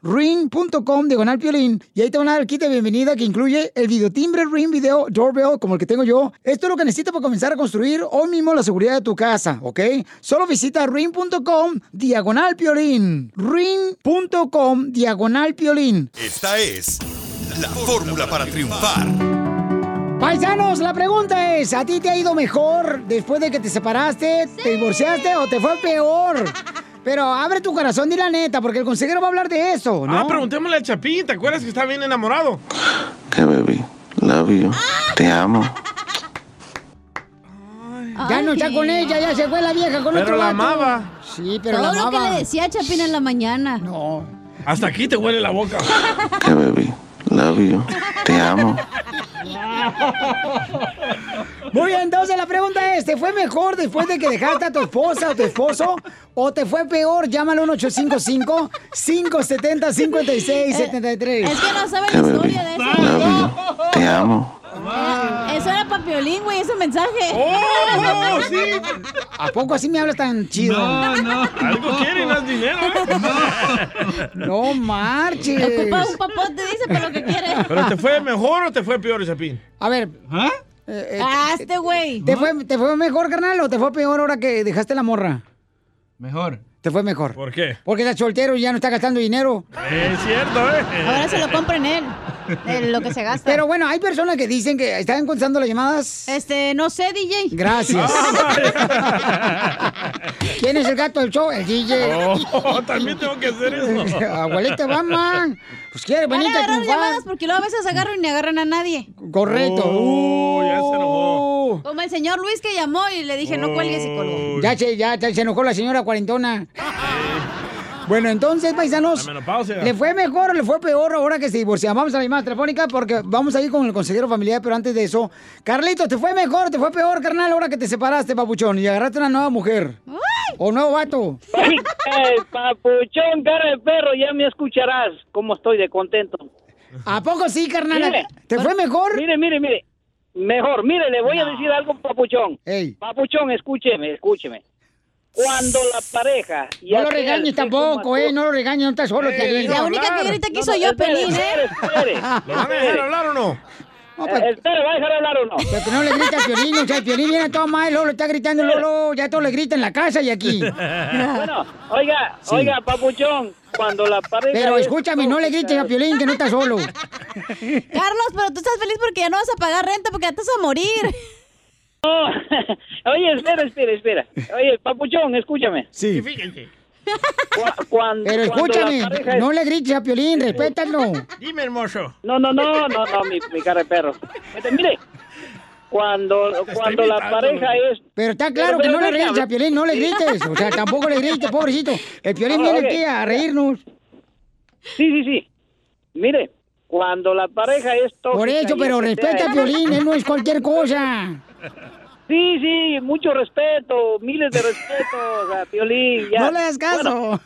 Ring.com diagonal piolín y ahí te van a dar el kit de bienvenida que incluye el videotimbre Ring Video Doorbell como el que tengo yo. Esto es lo que necesitas para comenzar a construir hoy mismo la seguridad de tu casa, ¿ok? Solo visita ring.com diagonal piolín. Ring.com diagonal piolín.
Esta es la fórmula para triunfar.
Paisanos, la pregunta es, ¿a ti te ha ido mejor después de que te separaste, te divorciaste o te fue peor? Pero abre tu corazón, di la neta, porque el consejero va a hablar de eso, ¿no?
Ah, preguntémosle a Chapín, ¿te acuerdas que está bien enamorado?
Que baby, love you, te amo.
Ya no está con ella, ya se fue la vieja con otro vato. Sí, pero
Todo
la
lo que
amaba.
le decía a Chapín en la mañana.
No.
Hasta aquí te huele la boca.
Que baby, love you, te amo.
Muy bien, entonces la pregunta es, ¿te fue mejor después de que dejaste a tu esposa o tu esposo? ¿O te fue peor? Llámalo al 855-570-5673.
Es que no sabe la historia de eso. Eh,
Te amo.
Eso era papiolín, güey, ese mensaje.
¡Oh, sí!
¿A poco así me hablas tan chido?
No, no. Algo quieren, haz dinero, ¿eh?
No marches.
Ocupa un papote, dice, pero lo que quiere.
¿Pero te fue mejor o te fue peor, Chapín?
A ver.
¿Ah?
eh, eh,
Ah, este güey.
¿Te fue, ¿Te fue mejor, carnal, o te fue peor ahora que dejaste la morra?
Mejor.
Te fue mejor.
¿Por qué?
Porque está soltero y ya no está gastando dinero.
Es cierto, ¿eh?
Ahora se lo
Compren él. de lo que se gasta.
Pero bueno, hay personas que dicen que están contestando las llamadas.
Este, no sé, DJ.
Gracias. ¿Quién es el gato del show? El DJ.
Oh, también tengo que hacer eso.
Abuelita Batman. Pues quiere
Van
venir
a
a
agarrar
triunfar.
llamadas porque luego a veces agarran y ni agarran a nadie.
Correcto. Uh.
Oh, ya se enojó.
Como el señor Luis que llamó y le dije, no cuelgues y colgó.
Ya se, ya, ya se enojó la señora cuarentona. Bueno, entonces, paisanos,
La menopausia.
¿le fue mejor o le fue peor ahora que se divorcian? Vamos a la llamada telefónica porque vamos a ir con el consejero familiar, pero antes de eso, Carlitos, ¿te fue mejor o te fue peor, carnal, ahora que te separaste, papuchón, y agarraste una nueva mujer? ¿O nuevo vato?
Eh, papuchón, cara de perro, ya me escucharás cómo estoy de contento. eh,
¿A poco sí, carnal? ¿Te fue mejor?
Mire, mire, mire. Mejor, mire, le voy a decir algo, papuchón. Papuchón, escúcheme, escúcheme. Cuando la pareja... y
No lo
aquel
regañes
sexo
tampoco,
masculino-
¿eh? No lo regañes, no estás solo,
Eh,
Piolín.
la única que grita aquí No, no, soy yo, espere, Piolín, ¿eh? espere, espere. ¿Lo van a dejar hablar
o no?
Eh, espere, ¿va a dejar hablar o no?
pues, Pero que no le grita a Piolín, o sea, el Piolín viene todo mal, luego le está gritando, luego, luego, ya todo le grita en la casa y aquí.
bueno, oiga,
Sí.
oiga, papuchón, cuando la pareja...
Pero
es
escúchame, no le grites a Piolín que no está solo.
Carlos, pero tú estás feliz porque ya no vas a pagar renta porque ya te vas a morir.
No. Oye, espera, espera, espera. Oye, papuchón, escúchame.
Sí.
Cuando,
Pero escúchame, no le grites a Piolín, respétalo.
Dime, hermoso.
No, no, no, no, no, mi, mi cara de perro. Vete, mire, cuando, cuando la
imitando,
pareja
loco.
es...
Pero está claro que no
Pero,
le
pero,
grites
venga,
a Piolín, no le grites. O sea, tampoco le grites, pobrecito. El Piolín
Ah,
viene
ok.
aquí a reírnos.
Sí, sí, sí. Mire, cuando la pareja es tóxica...
Por eso,
y este
pero
es que sea-
respeta a Piolín, él no es cualquier cosa.
Sí, sí, mucho respeto, miles de respetos a Piolín. ya.
No le hagas caso.
Bueno,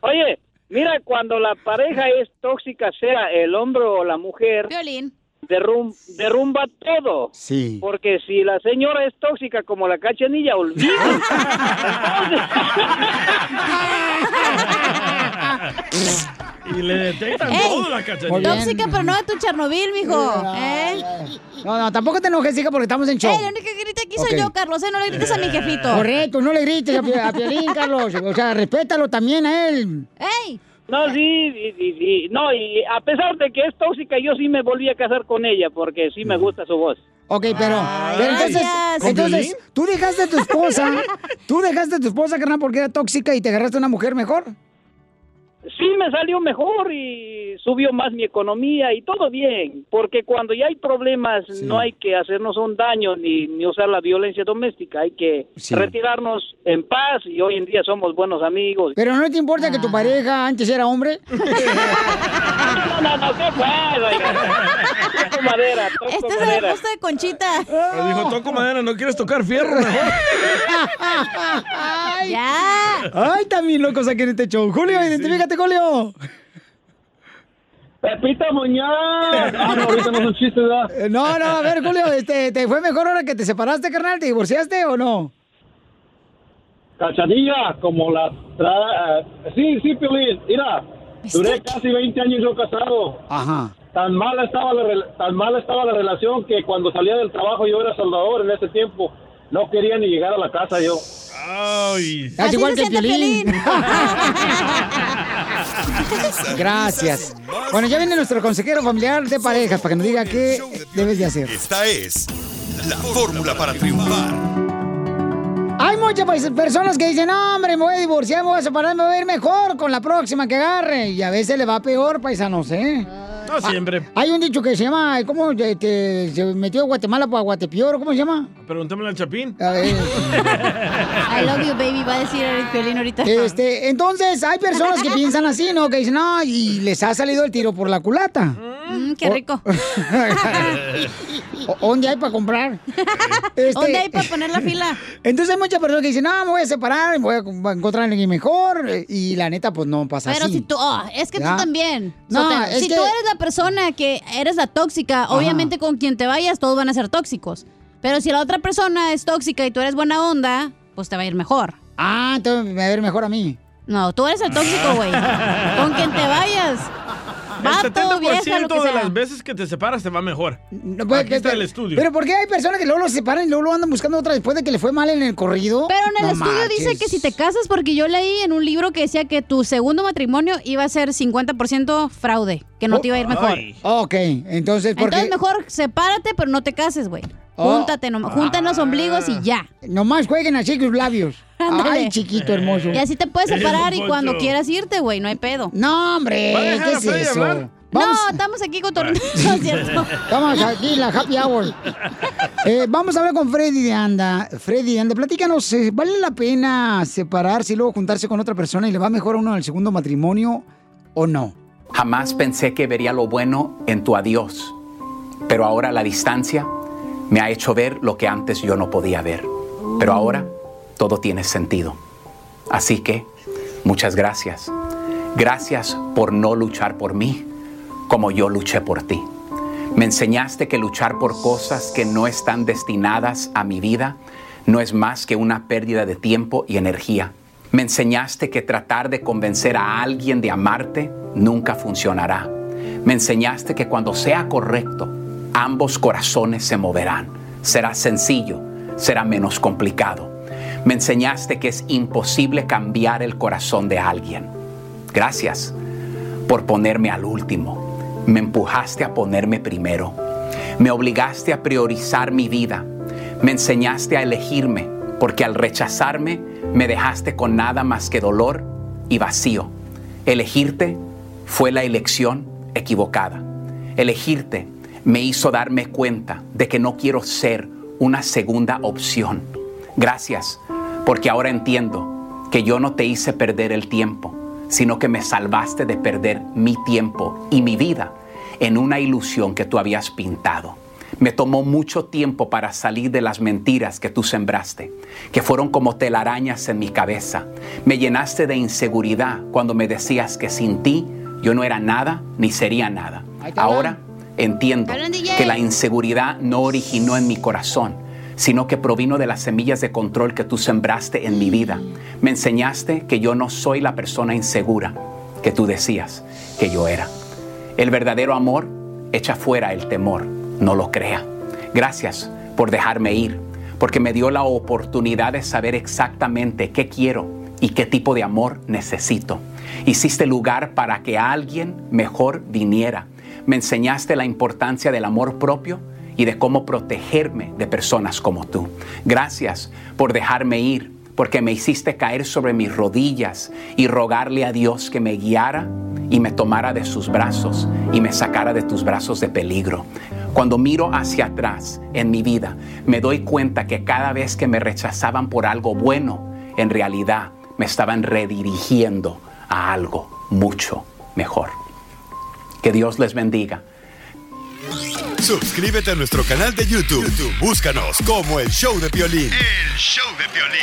oye, mira, cuando la pareja es tóxica, sea el hombre o la mujer, derrum- derrumba todo.
Sí.
Porque si la señora es tóxica como la cachanilla, olvídate.
Y le detectan
Ey,
todo la cachanilla.
Tóxica, pero no de tu Chernobyl, mijo. ¿Eh?
No, no, tampoco te enojes, hija, porque estamos en show.
Ey, la única que grita aquí soy
Ok.
yo, Carlos. ¿eh? No le grites a mi jefito.
Correcto, no le grites a, Pi- a Piolín, Carlos. O sea, respétalo también a él.
¡Ey!
No, sí, sí, sí, sí. no, y a pesar de que es tóxica, yo sí me volví a casar con ella porque sí me gusta su voz.
Mm. Ok, pero, pero entonces,
gracias.
entonces, tú dejaste a tu esposa, tú dejaste a tu esposa, carnal, porque era tóxica y te agarraste a una mujer mejor.
Sí me salió mejor y subió más mi economía y todo bien, porque cuando ya hay problemas no hay que hacernos un daño ni, ni usar la violencia doméstica, hay que retirarnos en paz y hoy en día somos buenos amigos.
Pero no te importa que tu pareja antes era hombre.
No, no, no, qué bueno, oiga. Toco madera, toco
Este es el
madera.
gusto de Conchita.
Pero dijo, toco madera, ¿no quieres tocar fierro mejor?
Ay. ¡Ya!
Ay, también locos aquí en este show. Julio, identifícate, Julio.
Pepita Muñoz. Ah, no, ahorita no son chistes, ¿verdad?
Eh, No, no, a ver, Julio, este, ¿te fue mejor ahora que te separaste, carnal? ¿Te divorciaste o no?
Cachanilla, como la tra... eh, sí, sí, Piolín, mira, duré casi 20 años yo casado.
Ajá.
Tan mala, estaba la, rel- tan mala estaba la relación que cuando salía del trabajo yo era soldador en ese tiempo. No quería ni llegar a la casa yo.
Ay.
Estás igual que el Piolín. Gracias. Bueno, ya viene nuestro consejero familiar de parejas para que nos diga qué debes de hacer.
Esta es la fórmula para triunfar.
Hay muchas pues, personas que dicen, no, hombre, me voy a divorciar, me voy a separar, me voy a ir mejor con la próxima que agarre. Y a veces le va peor, paisanos, ¿eh?
No siempre.
Ah, Hay un dicho que se llama, ¿cómo te- te- se metió de Guatemala para Guatepeor? ¿Cómo se llama?
Preguntémosle al Chapín.
A ver.
I love you, baby. Va a decir el violín ahorita.
Este, entonces, hay personas que piensan así, ¿no? Que dicen, no, y les ha salido el tiro por la culata.
Mm,
Oh.
qué rico.
O- ¿Dónde hay para comprar? Este-
¿Dónde hay para poner la fila?
Entonces hay muchas personas que dicen, no, me voy a separar, voy a com- a encontrar a alguien mejor. Y la neta, pues no pasa
Pero
así.
si tú, oh, es que
¿Ya?
tú también.
No,
Sotelo.
es
si
que-
tú eres la persona que eres la tóxica,
Ajá.
obviamente con quien te vayas todos van a ser tóxicos. Pero si la otra persona es tóxica y tú eres buena onda, pues te va a ir mejor.
Ah, entonces me va a ir mejor a mí.
No, tú eres el tóxico, güey. con quien te vayas.
el
Vato,
70%
vieja, lo que
de
sea.
las veces que te separas te va mejor.
Pues,
Aquí está
pero-
el estudio.
Pero ¿por qué hay personas que luego los separan y luego lo andan buscando otra después de que le fue mal en el corrido?
Pero en el estudio dice que si te casas, porque yo leí en un libro que decía que tu segundo matrimonio iba a ser 50% fraude, que no te iba a ir mejor.
Oh, Ok, entonces porque
Entonces mejor sepárate, pero no te cases, güey.
Oh. Ah.
Júntate, nomás, juntan los ombligos y ya.
nomás jueguen así con los labios.
Ándale.
Ay, chiquito hermoso.
Y así te puedes separar y cuando
quieras
quieras irte, güey, no hay pedo.
No, hombre, Va a dejar ¿qué a es Freddy eso? hablar.
No, estamos aquí con torneos, ¿cierto?
Estamos aquí en la happy hour. Eh, vamos a hablar con Freddy de Anda. Freddy de Anda, platícanos, eh, ¿vale la pena separarse y luego juntarse con otra persona y le va mejor a uno en el segundo matrimonio o no?
Jamás pensé que vería lo bueno en tu adiós, pero ahora la distancia me ha hecho ver lo que antes yo no podía ver. Pero ahora todo tiene sentido. Así que, muchas gracias. Gracias por no luchar por mí como yo luché por ti. Me enseñaste que luchar por cosas que no están destinadas a mi vida no es más que una pérdida de tiempo y energía. Me enseñaste que tratar de convencer a alguien de amarte nunca funcionará. Me enseñaste que cuando sea correcto, ambos corazones se moverán. Será sencillo, será menos complicado. Me enseñaste que es imposible cambiar el corazón de alguien. Gracias por ponerme al último. Me empujaste a ponerme primero. Me obligaste a priorizar mi vida. Me enseñaste a elegirme, porque al rechazarme me dejaste con nada más que dolor y vacío. Elegirte fue la elección equivocada. Elegirte me hizo darme cuenta de que no quiero ser una segunda opción. Gracias, porque ahora entiendo que yo no te hice perder el tiempo, sino que me salvaste de perder mi tiempo y mi vida en una ilusión que tú habías pintado. Me tomó mucho tiempo para salir de las mentiras que tú sembraste, que fueron como telarañas en mi cabeza. Me llenaste de inseguridad cuando me decías que sin ti yo no era nada ni sería nada. Ahora entiendo
Hablan, DJ.
que la inseguridad no originó en mi corazón, sino que provino de las semillas de control que tú sembraste en mi vida. Me enseñaste que yo no soy la persona insegura que tú decías que yo era. El verdadero amor echa fuera el temor, no lo crea. Gracias por dejarme ir, porque me dio la oportunidad de saber exactamente qué quiero y qué tipo de amor necesito. Hiciste lugar para que alguien mejor viniera. Me enseñaste la importancia del amor propio y de cómo protegerme de personas como tú. Gracias por dejarme ir, porque me hiciste caer sobre mis rodillas y rogarle a Dios que me guiara y me tomara de sus brazos y me sacara de tus brazos de peligro. Cuando miro hacia atrás en mi vida, me doy cuenta que cada vez que me rechazaban por algo bueno, en realidad me estaban redirigiendo a algo mucho mejor. Que Dios les bendiga.
Suscríbete a nuestro canal de YouTube. YouTube, Búscanos como el show de violín. El show de violín.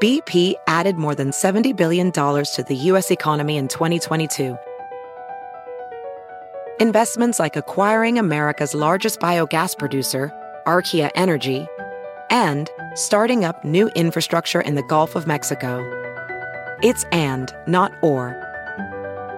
BP added more than $70 billion to the U.S. economy in 2022. Investments like acquiring America's largest biogas producer, Archaea Energy, and starting up new infrastructure in the Gulf of Mexico. It's and, not or.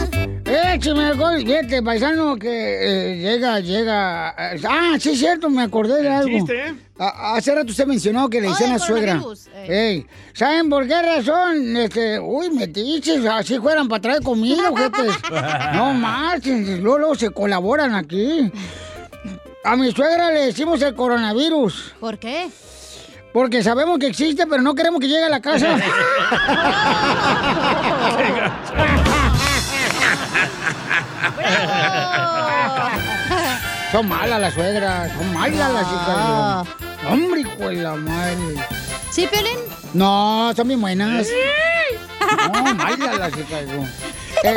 ¡Échame alcohol! Fíjate, paisano, que eh, llega, llega... eh, Ah, sí, es cierto, me acordé de algo.
chiste, ¿eh?
A- Hace rato usted mencionó que le
Oh,
decían
del
a suegra.
coronavirus,
Ey, ¿Saben por qué razón? Este, uy, metiches, así fueran para traer comida, ojetes. No marchen, luego, luego se colaboran aquí. A mi suegra le decimos el coronavirus.
¿Por qué?
¡Eh! Porque sabemos que existe, pero no queremos que llegue a la casa. Son malas las suegras, son malas las
Ah.
hijas. de- Hombre, hijo de la madre.
¿Sí, Piolín?
No, son bien buenas. No, malas las hijas. de-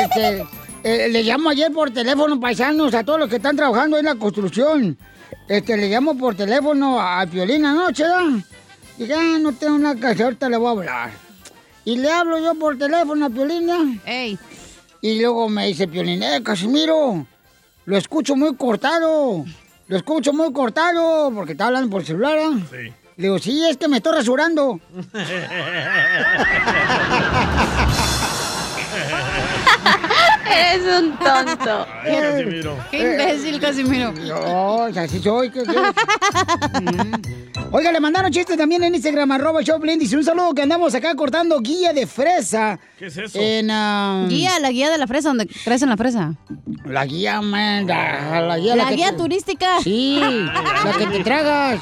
Este, eh, le llamo ayer por teléfono, paisanos, a todos los que están trabajando en la construcción. Este, le llamo por teléfono a a Piolín anoche, ¿no? Dije, ah, no tengo una casa, ahorita le voy a hablar. Y le hablo yo por teléfono a Piolín, ¿no? Y luego me dice Piolín, eh, Casimiro, lo escucho muy cortado. Lo escucho muy cortado, porque está hablando por celular, ¿ah?
Sí.
Le digo, sí, es que me estoy rasurando.
Eres un tonto. Ay, Casimiro.
Qué imbécil, Casimiro.
No, así soy. ¿qué quieres? Mm. Oiga, le mandaron chistes también en Instagram, arroba Choplin. Dice, un saludo que andamos acá cortando guía de fresa.
¿Qué
es
eso?
En, ah,
Guía, la guía de la fresa, donde crecen la fresa.
La guía, man, la, la guía.
La
que
guía
te-
turística.
Sí, la que te tragas.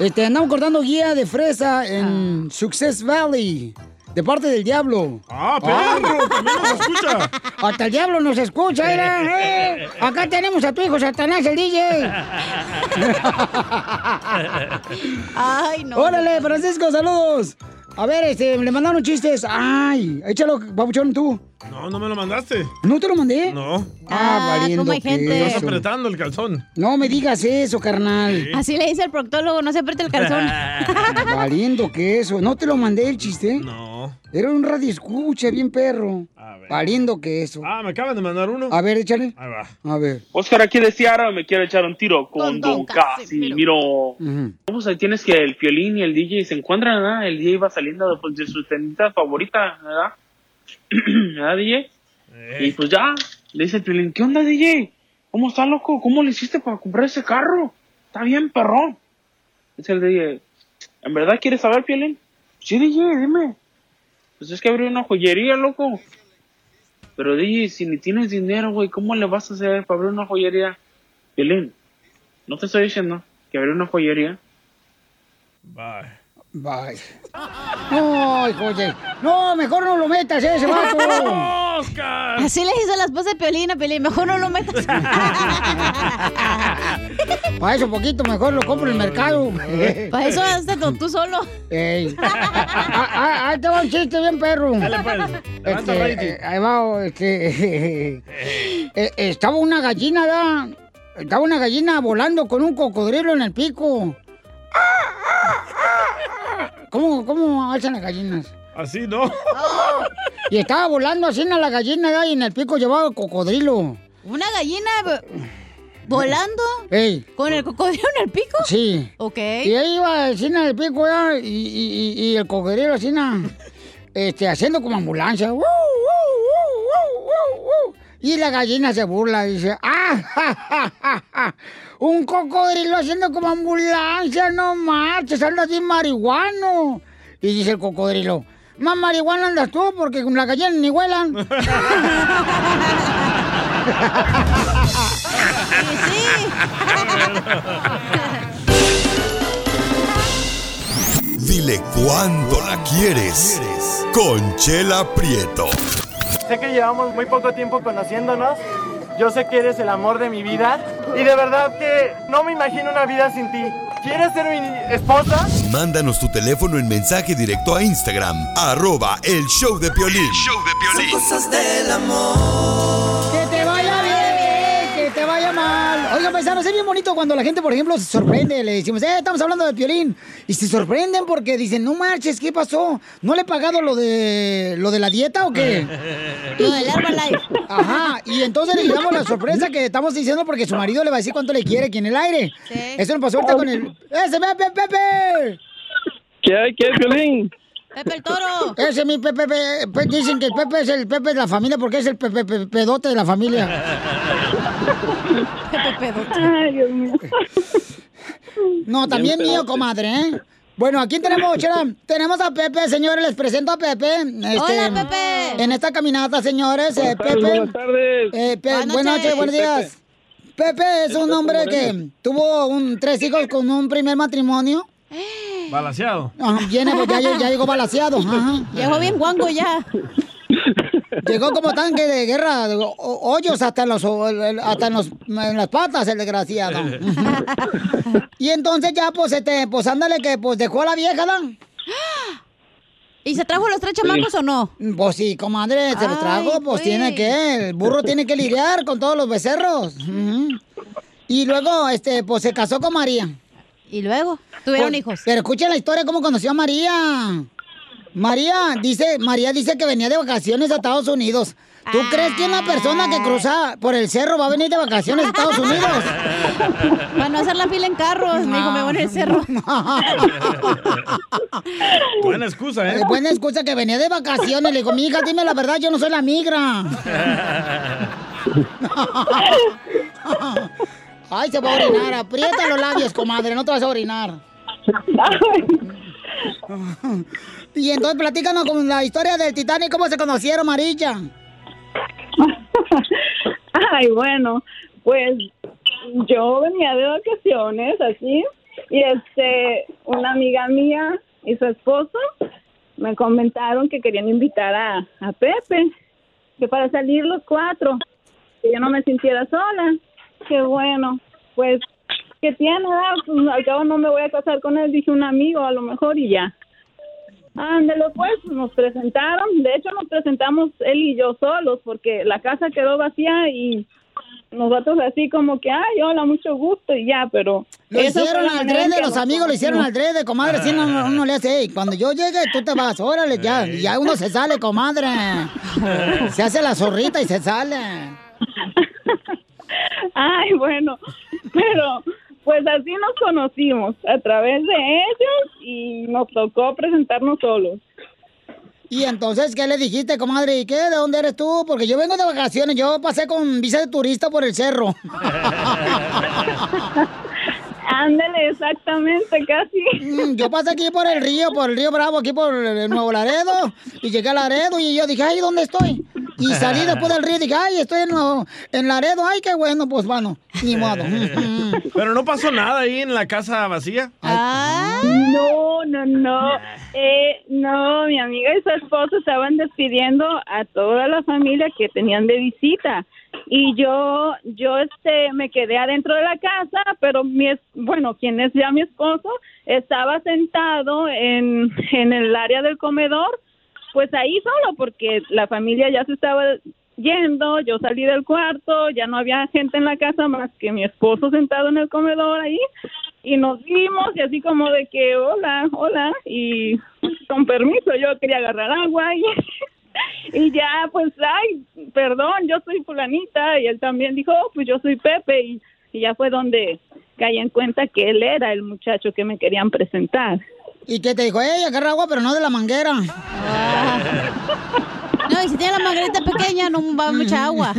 Este, andamos cortando guía de fresa
Ah.
en Success Valley. De parte del diablo.
Ah, perro, también nos escucha.
Hasta el diablo nos escucha, era. eh. Acá tenemos a tu hijo Satanás, el DJ.
Ay, no.
Órale, Francisco, saludos. A ver, este, le mandaron chistes. Ay, échalo, babuchón, tú.
No, no me lo mandaste.
¿No te lo mandé?
No.
Ah, valiendo
Me estás
queso.
apretando el calzón.
No me digas eso, carnal.
Así le dice el proctólogo, no se apriete el calzón.
Valiendo queso. ¿No te lo mandé el chiste?
No.
Era un radio escucha, bien perro. Valiendo queso.
Ah, me acaban de mandar uno.
A ver, échale.
Ahí va.
A ver.
Oscar aquí de Ciara me quiero echar un tiro con Don, Casimiro. Vamos, ahí tienes que el violín y el DJ se encuentran, ¿verdad? El DJ va saliendo de, pues, de su tendita favorita, ¿verdad? ¿Verdad, DJ?
Eh.
Y pues ya, le dice el violín, ¿qué onda, DJ? ¿Cómo está, loco? ¿Cómo le hiciste para comprar ese carro? Está bien, perrón. Dice el DJ, ¿en verdad quieres saber, Piolín? Sí, DJ, dime. Pues es que abrió una joyería, loco. Pero DJ, si ni tienes dinero, güey, ¿cómo le vas a hacer para abrir una joyería? Piolín, no te estoy diciendo que abrir una joyería.
Bye.
Bye. No, hijo de- No, mejor no lo metas, eh, ese vato.
Así le hizo la esposa de Piolín a Piolín. Mejor no lo metas.
Para eso poquito, mejor lo compro en el mercado.
Para eso hazte con tú solo.
Ey. Ah, ah, ahí te va un chiste bien perro.
Dale, pues.
Levanta
Este,
el rating.
eh, ahí va, oh, este, eh, estaba una gallina, ¿da? Estaba una gallina volando con un cocodrilo en el pico. ¿Cómo, cómo alzan las gallinas?
Así, ¿no?
Y estaba volando así en la gallina, ¿da? Y en el pico llevaba el cocodrilo.
Una gallina vo- volando
Ey.
con el cocodrilo en el pico.
Sí.
Ok.
Y ahí iba el cine del pico, ya, y, y- y- y el cocodrilo así, na, este, haciendo como ambulancia. ¡Woo, woo, woo, woo, woo! Y la gallina se burla, dice, ¡ah, ja, ja, ja, ja! Un cocodrilo haciendo como ambulancia, no marches, anda así marihuano. Y dice el cocodrilo, más marihuana andas tú, porque con la gallina ni huelan.
Dile cuándo la quieres. Conchela Prieto.
Sé que llevamos muy poco tiempo conociéndonos. Yo sé que eres el amor de mi vida. Y de verdad que no me imagino una vida sin ti. ¿Quieres ser mi esposa?
Mándanos tu teléfono en mensaje directo a Instagram, arroba el show de Piolín.
Cosas del amor.
Que te vaya bien, que te vaya mal. Oigan, paisanos, es bien bonito cuando la gente, por ejemplo, se sorprende. Le decimos, eh, estamos hablando de violín. Y se sorprenden porque dicen, no marches, ¿qué pasó? ¿No le he pagado lo de, lo de la dieta o qué?
Lo del
Herbalife. Ajá, y entonces le damos la sorpresa que estamos diciendo porque su marido le va a decir cuánto le quiere aquí en el aire. Eso nos pasó ahorita con el... ¡Ese Pepe, Pepe!
¿Qué hay? ¿Qué hay, Piolín?
Pepe el toro. Ese es mi Pepe, Pepe, Pe- Dicen que el Pepe es el Pepe de la familia porque es el Pepe, Pepe- pedote de la familia. Pepe pedote. Ay, Dios mío. No, también
Bien
mío,
pedote.
comadre, ¿eh? Bueno, aquí tenemos, Chela, tenemos a Pepe, señores, les presento a Pepe. Hola, Pepe. En esta caminata, señores, eh,
Buenas tardes,
Pepe.
buenas tardes.
Eh, Pe-
Buenas
buenas noches,
noches.
buenos días. Pepe es un hombre que tuvo un, tres hijos con un primer matrimonio.
Balaseado.
Ajá, viene, pues, ya, ya llegó balaseado. ajá.
Llegó bien
guango ya. Llegó como tanque de guerra, de ho- hoyos hasta en, los, o- el- hasta en, los- en las patas el desgraciado. y entonces ya, pues, este, pues ándale que pues dejó a la vieja, ¿no? ¿Y se trajo los tres
chamacos
o no? Pues sí, comadre, se los
Ay,
trajo, pues
güey.
tiene que, el burro tiene que lidiar con todos los becerros. Ujú. Y luego, este, pues se casó con María. ¿Y luego?
Tuvieron
hijos. Pero escuchen la historia cómo conoció a María. María dice, María dice que venía de vacaciones a Estados Unidos. ¿Tú crees que una persona que cruza por el cerro va a venir de vacaciones a Estados Unidos?
Para no hacer la fila en carros, me dijo, me voy en el cerro.
Buena excusa, ¿eh?
Eh, buena excusa que venía de vacaciones. Le digo, mi hija, dime la verdad, yo no soy la migra. Ay, se va a orinar. Aprieta los labios, comadre, no te vas a orinar. Y entonces platícanos con la historia del Titanic, cómo se conocieron, Marilla.
Ay, bueno, pues yo venía de vacaciones así y este una amiga mía y su esposo me comentaron que querían invitar a, a Pepe, que para salir los cuatro, que yo no me sintiera sola. Qué bueno, pues que tiene, ah, pues, al cabo no me voy a casar con él, dije un amigo a lo mejor y ya. Ándelo, pues nos presentaron. De hecho, nos presentamos él y yo solos porque la casa quedó vacía y nosotros así como que, ay, hola, mucho gusto y ya, pero...
Lo
esa fue
hicieron
la
al
manera en
drede,
que
los
nos
amigos lo hicieron al
conocimos.
drede, comadre. Si no, no, uno le hace, "Ey, cuando yo llegue, tú te vas, órale, ya. Y ya uno se sale, comadre. Se hace la zorrita y se sale.
Ay, bueno, pero pues así nos conocimos a través de ellos y nos tocó presentarnos solos.
Y entonces, ¿qué le dijiste, comadre? ¿Y qué? ¿De dónde eres tú? Porque yo vengo de vacaciones, yo pasé con visa de turista por el cerro.
Ándale, exactamente, casi.
Mm, Yo pasé aquí por el río, por el río Bravo, aquí por el Nuevo Laredo, y llegué a Laredo y yo dije, ay, ¿dónde estoy? Y salí después del río y dije, ay, estoy en, lo- en Laredo, ay, qué bueno, pues bueno, ni modo.
Pero no pasó nada ahí en la casa vacía.
No, no, no. Eh, no, mi amiga y su esposo estaban despidiendo a toda la familia que tenían de visita. Y yo, yo este, me quedé adentro de la casa, pero mi, es- bueno, quien es ya mi esposo, estaba sentado en, en el área del comedor, pues ahí solo, porque la familia ya se estaba yendo, yo salí del cuarto, ya no había gente en la casa más que mi esposo sentado en el comedor ahí y nos vimos y así como de que hola, hola y con permiso yo quería agarrar agua y, y ya pues ay, perdón, yo soy fulanita y él también dijo, "Oh, pues yo soy Pepe y, y ya fue donde caí en cuenta que él era el muchacho que me querían presentar.
¿Y qué te dijo? Ey, agarra agua, pero no de la manguera. No, y si tiene la manguerita pequeña, no va mucha agua.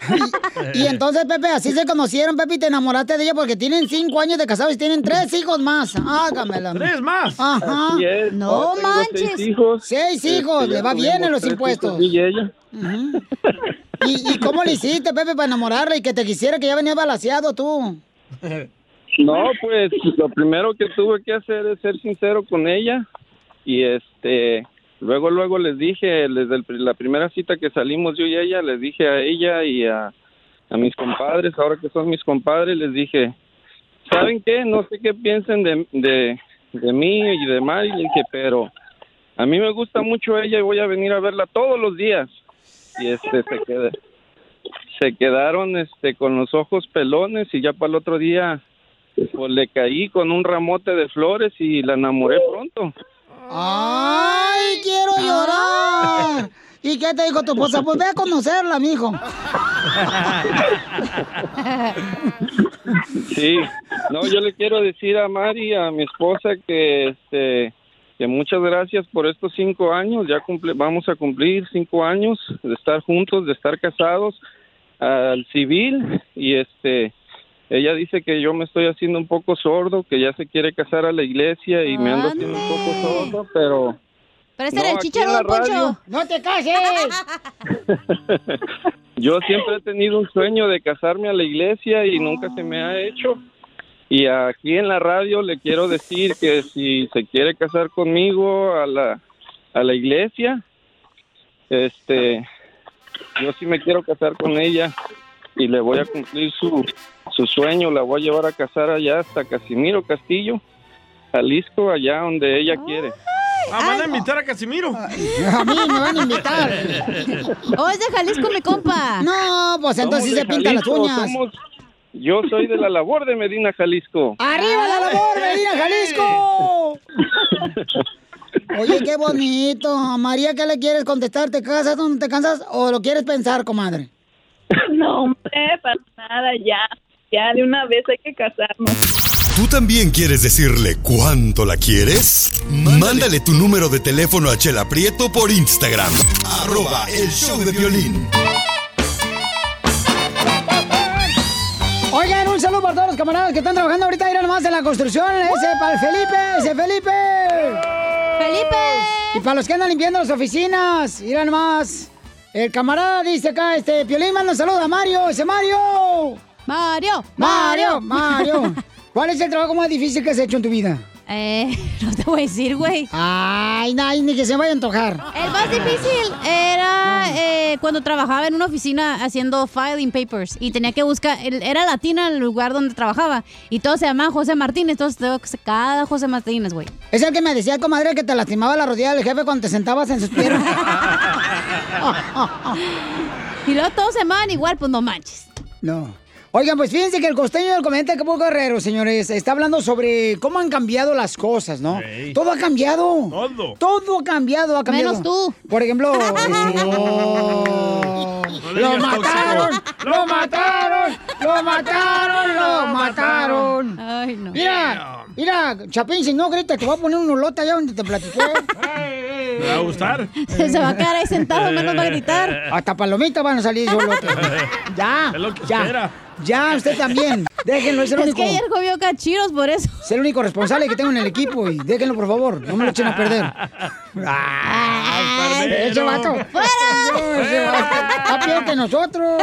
y, y entonces, Pepe, así se conocieron, Pepe, y te enamoraste de ella porque tienen cinco años de casados y tienen tres hijos más. Hágamela.
¿Tres más?
Ajá.
Así es.
No
Ahora tengo
manches.
seis hijos.
Seis
Este,
hijos.
ya
Le va bien
tuvimos
Este,
en los
tres
impuestos.
hijos, ella y ella.
Ujú. ¿Y, y cómo le hiciste, Pepe, para enamorarla y que te quisiera que ya venía balaseado tú?
No, pues lo primero que tuve que hacer es ser sincero con ella y este luego luego les dije desde el pri- la primera cita que salimos yo y ella les dije a ella y a, a mis compadres ahora que son mis compadres les dije saben qué no sé qué piensen de, de, de mí y de Marilyn que pero a mí me gusta mucho ella y voy a venir a verla todos los días y este se queda se quedaron este con los ojos pelones y ya para el otro día pues le caí con un ramote de flores y la enamoré pronto.
¡Ay, quiero
Ah.
llorar! ¿Y qué te dijo tu esposa? Pues ve a conocerla, mijo.
Sí, no, yo le quiero decir a Mari, a mi esposa, que este, que muchas gracias por estos cinco años, ya cumple, vamos a cumplir cinco años de estar juntos, de estar casados al civil y este, ella dice que yo me estoy haciendo un poco sordo, que ya se quiere casar a la iglesia y me ando haciendo un poco sordo, pero
Pero ese
No,
era el
aquí en la
chicharrón, Poncho.
radio.
¡No te cases!
Yo siempre he tenido un sueño de casarme a la iglesia y nunca se me ha hecho. Y aquí en la radio le quiero decir que si se quiere casar conmigo a la, a la iglesia, este, yo sí me quiero casar con ella y le voy a cumplir su, su sueño, la voy a llevar a casar allá hasta Casimiro Castillo, Jalisco, allá donde ella quiere.
Ah, van a invitar a Casimiro.
A mí me van a invitar.
¡Oh, es de Jalisco, mi compa!
No, pues entonces sí
Somos
se
de
pintan las
Jalisco,
uñas.
somos- yo soy de la labor de Medina, Jalisco.
¡Arriba la
Ah.
labor, Medina, Jalisco! Ah. Oye, qué bonito. A María, ¿qué le quieres contestar? ¿Te casas o no te cansas? ¿O lo quieres pensar, comadre?
No, hombre, para nada, ya. Ya de una vez hay que casarnos.
¿Tú también quieres decirle cuánto la quieres? Mándale tu número de teléfono a Chela Prieto por Instagram. Arroba el show de violín.
Oigan, un saludo para todos los camaradas que están trabajando ahorita, irán más en la construcción. Ese para el Felipe, ese Felipe.
¡Felipe!
Y para los que andan limpiando las oficinas, irán más. El camarada dice acá, este, Piolín, manda un saludo a Mario, ese Mario.
Mario.
Mario, Mario. ¿Cuál es el trabajo más difícil que has hecho en tu vida?
Eh, no te voy a decir, güey.
Ay, ay, ni que se me vaya a antojar.
El más difícil era eh, cuando trabajaba en una oficina haciendo filing papers y tenía que buscar, el- era latina el lugar donde trabajaba y todos se llamaban José Martínez, entonces tengo que cada José Martínez, güey.
Es el que me decía, comadre, que te lastimaba la rodilla del jefe cuando te sentabas en sus piernas.
Y luego todos se llamaban igual, pues no manches.
No. Oigan, pues fíjense que el costeño del comediante Acapulco Guerrero, señores, está hablando sobre cómo han cambiado las cosas, ¿no? Todo ha cambiado. Todo. Todo ha cambiado, ha cambiado.
Menos tú.
Por ejemplo... este,
No le
¡Lo
digas tóxico.
mataron! ¡Lo mataron! ¡Lo mataron! ¡Lo mataron!
Ay, no.
Mira, mira, Chapín, si no grita, te voy a poner un olota allá donde te platiqué.
¿Le va a gustar?
Se va a quedar ahí sentado,
menos va a gritar.
Hasta palomitas van a salir solotes. Ya,
Es lo que
ya.
espera.
Ya, usted también. Déjenlo, es el
Es
único.
que ayer
comió cachiros por eso. Es el único responsable que tengo en el equipo y déjenlo, por favor. No me lo echen a perder.
Ah,
¡Ay, ese vato! ¡Fuera! ese vato. Está peor que nosotros.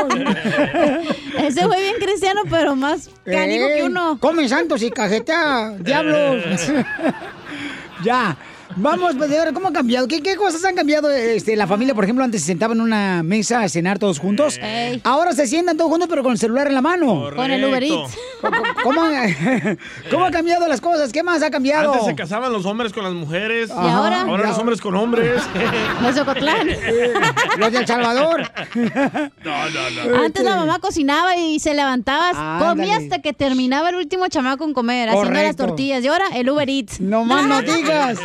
Ese fue bien cristiano, pero más canijo
Ey,
que uno.
Eh, Come santos y cajetea, diablos. ya. Vamos, pues, de ahora, ¿cómo ha cambiado? ¿Qué, qué cosas han cambiado? Este, la familia, por ejemplo, antes se sentaba en una mesa a cenar todos juntos. Ahora se sientan todos juntos, pero con el celular en la mano.
Con el Uber Correcto. Eats.
¿Cómo, cómo han- cómo han cambiado las cosas? ¿Qué más ha cambiado?
Antes se casaban los hombres con las mujeres.
Ajá. ahora?
Ahora los hombres con hombres.
Los de Ocotlán.
Los de El Salvador.
No, no, no.
Antes la mamá cocinaba y se levantabas, comía
Ándale.
hasta que terminaba el último chamaco en comer, haciendo las
Correcto.
tortillas. Y ahora el Uber Eats.
No más no digas.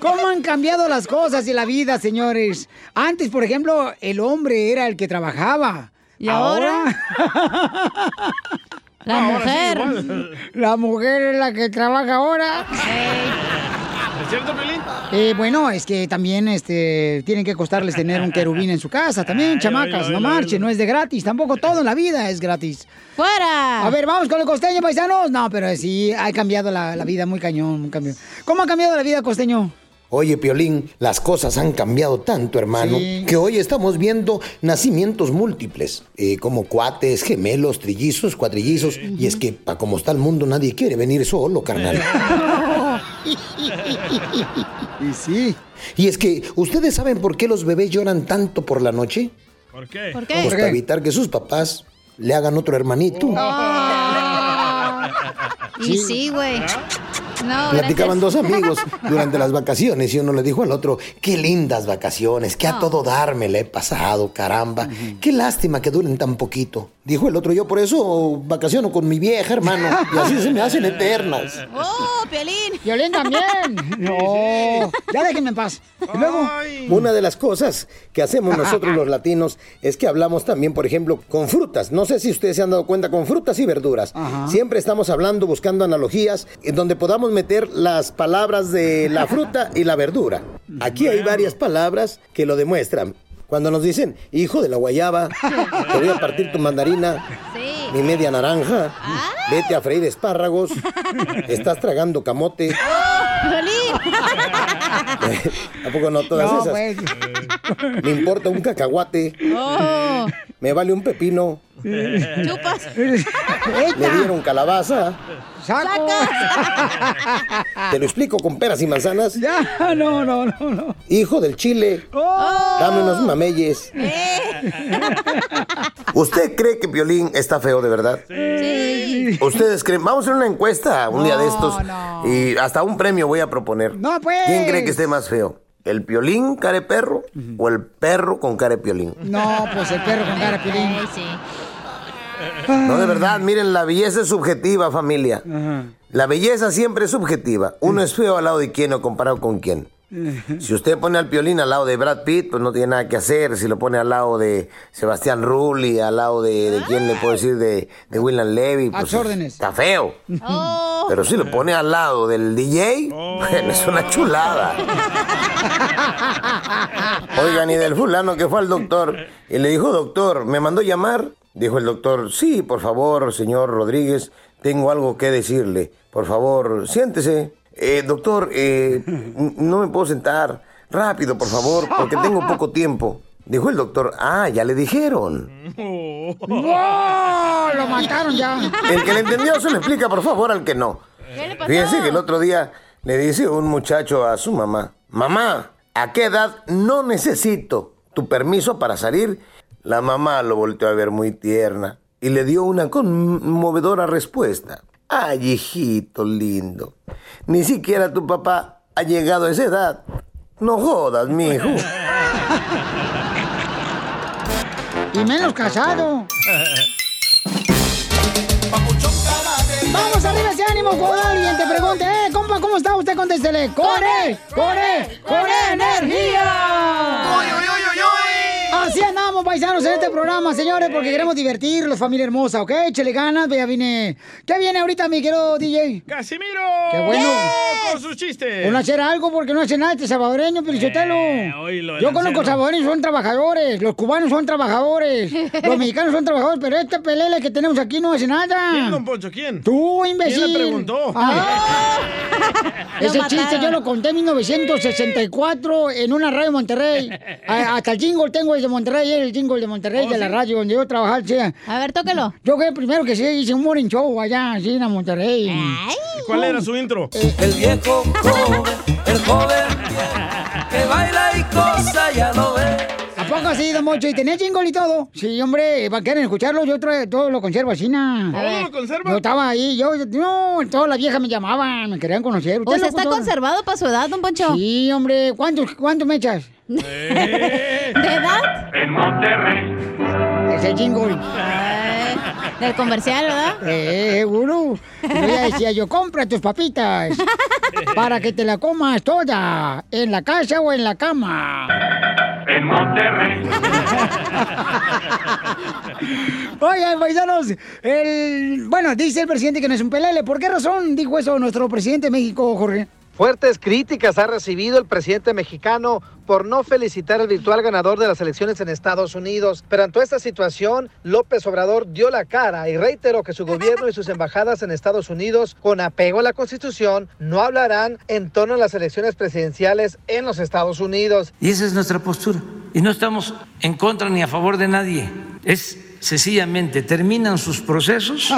¿Cómo han cambiado las cosas y la vida, señores? Antes, por ejemplo, el hombre era el que trabajaba.
¿Y ahora? La
mujer.
la mujer es la que trabaja ahora.
¿Es cierto, Pelín?
Eh, bueno, es que también este, tienen que costarles tener un querubín en su casa también, chamacas.
oílo,
no marchen, no es de gratis. Tampoco todo en la vida es gratis. ¡Fuera! A ver, vamos con el costeño, paisanos. No, pero sí, ha cambiado la, la vida muy cañón, muy cañón. ¿Cómo ha cambiado la vida, costeño?
Oye, Piolín, las cosas han cambiado tanto, hermano, que hoy estamos viendo nacimientos múltiples, eh, como cuates, gemelos, trillizos, cuadrillizos. Y es que, pa' como está el mundo, nadie quiere venir solo, carnal. y sí. Y es que, ¿ustedes saben por qué los bebés lloran tanto por la noche?
¿Por qué?
¿Por
Pues para evitar que sus papás le hagan otro hermanito.
Oh.
Ah.
Y sí, güey.
¿Ah?
No,
Platicaban
gracias.
dos amigos durante las vacaciones y uno le dijo al otro, qué lindas vacaciones, que a todo darme le he pasado, caramba, qué lástima que duren tan poquito. Dijo el otro, yo por eso vacaciono con mi vieja, hermano, y así se me hacen eternas.
¡Oh, Piolín!
¡Piolín también! ¡No! Ya déjenme en paz. Y luego...
Una de las cosas que hacemos nosotros los latinos es que hablamos también, por ejemplo, con frutas. No sé si ustedes se han dado cuenta, con frutas y verduras. Siempre estamos hablando, buscando analogías en donde podamos meter las palabras de la fruta y la verdura. Aquí hay varias palabras que lo demuestran. Cuando nos dicen, hijo de la guayaba, te voy a partir tu mandarina, mi media naranja, vete a freír espárragos, estás tragando camote. ¿A poco no todas
No,
esas? Me importa un cacahuate.
Oh.
Me vale un pepino.
Chupas.
Me dieron calabaza.
Sacas.
Te lo explico con peras y manzanas. Ya, no, no, no, no. Hijo del chile. Oh. Dame unos mameyes. ¿Usted cree que Violín está feo de verdad? Eh, Sí. ¿Ustedes creen? Vamos a hacer una encuesta un día de estos. Y hasta un premio voy a proponer.
No, pues.
¿Quién cree que esté más feo? ¿El piolín care perro o el perro con care piolín?
No, pues el perro con cara de Piolín.
Sí,
No, de verdad, miren, la belleza es subjetiva, familia. La belleza siempre es subjetiva. Uno es feo al lado de quién o comparado con quién. Si usted pone al piolín al lado de Brad Pitt, pues no tiene nada que hacer. Si lo pone al lado de Sebastián Rulli, al lado de, de quién le puedo decir, de, de William Levy, pues está feo. Pero si lo pone al lado del DJ, bueno, es una chulada. Oigan, y del fulano que fue al doctor y le dijo, doctor, ¿me mandó llamar? Dijo el doctor, sí, por favor, señor Rodríguez, tengo algo que decirle. Por favor, siéntese. "Eh, doctor, eh, n- no me puedo sentar. Rápido, por favor, porque tengo poco tiempo. Dijo el doctor, ah, ya le dijeron.
¡Wow! Lo mataron ya.
El que le entendió se lo explica, por favor, al que no. Fíjense que el otro día le dice un muchacho a su mamá, mamá, ¿a qué edad no necesito tu permiso para salir? La mamá lo volteó a ver muy tierna y le dio una conmovedora respuesta. Ay, hijito lindo, ni siquiera tu papá ha llegado a esa edad. No jodas, mijo.
Y menos casado. Vamos arriba ese ánimo cuando alguien te pregunte, eh, compa, ¿cómo está? Usted contéstele, ¡Core! ¡Core! ¡Core energía! Así andamos, paisanos, en este programa, señores, porque queremos divertirlos, familia hermosa, ¿ok? Échele ganas, vea, viene... ¿Qué viene ahorita, mi querido DJ?
¡Casimiro!
¡Qué bueno!
¡Oh, Con sus chistes.
Uno hacer algo porque no hace nada este salvadoreño,
Eh,
Pelichotelo.
oílo, el
Yo conozco
anciano.
salvadoreños, son trabajadores. Los cubanos son trabajadores. los mexicanos son trabajadores, pero este pelele que tenemos aquí no hace nada.
¿Quién, don Poncho? ¿Quién?
Tú, imbécil.
¿Quién le preguntó?
Ah.
Lo
Ese chiste
mataron.
yo lo conté en 1964 en una radio de Monterrey. A- hasta el jingle tengo el de Monterrey, el jingle de Monterrey
Oh,
de la
¿sí?
radio donde yo trabajaba. A ver, tóquelo. Yo que primero que sí hice un morning show allá así en Monterrey.
¿Y ¿Cuál era su intro?
El viejo
El joven que baila y cosa ya lo ve.
¿A poco sí, don Mocho? ¿Y tenía jingle y todo? Sí, hombre, va a querer escucharlo, yo tra- todo lo conservo así, na.
A ver. ¿Todo lo conserva?
Yo estaba ahí, yo, no, todas las viejas me llamaban, me querían conocer.
O sea, está
Pues conservado para su edad, don Poncho? Sí, hombre, ¿cuántos, cuántos me echas?
¿De edad?
En Monterrey.
Ese jingle. Eh, Del comercial, ¿verdad? Eh, seguro. Yo ya decía yo, compra tus papitas para que te la comas toda, en la casa o en la cama.
En Monterrey.
Oigan, paisanos, el, bueno, dice el presidente que no es un pelele. ¿Por qué razón dijo eso nuestro presidente de México, Jorge?
Fuertes críticas ha recibido el presidente mexicano por no felicitar al virtual ganador de las elecciones en Estados Unidos. Pero ante esta situación, López Obrador dio la cara y reiteró que su gobierno y sus embajadas en Estados Unidos, con apego a la Constitución, no hablarán en torno a las elecciones presidenciales en los Estados Unidos.
Y esa es nuestra postura. Y no estamos en contra ni a favor de nadie. Es sencillamente, terminan sus procesos,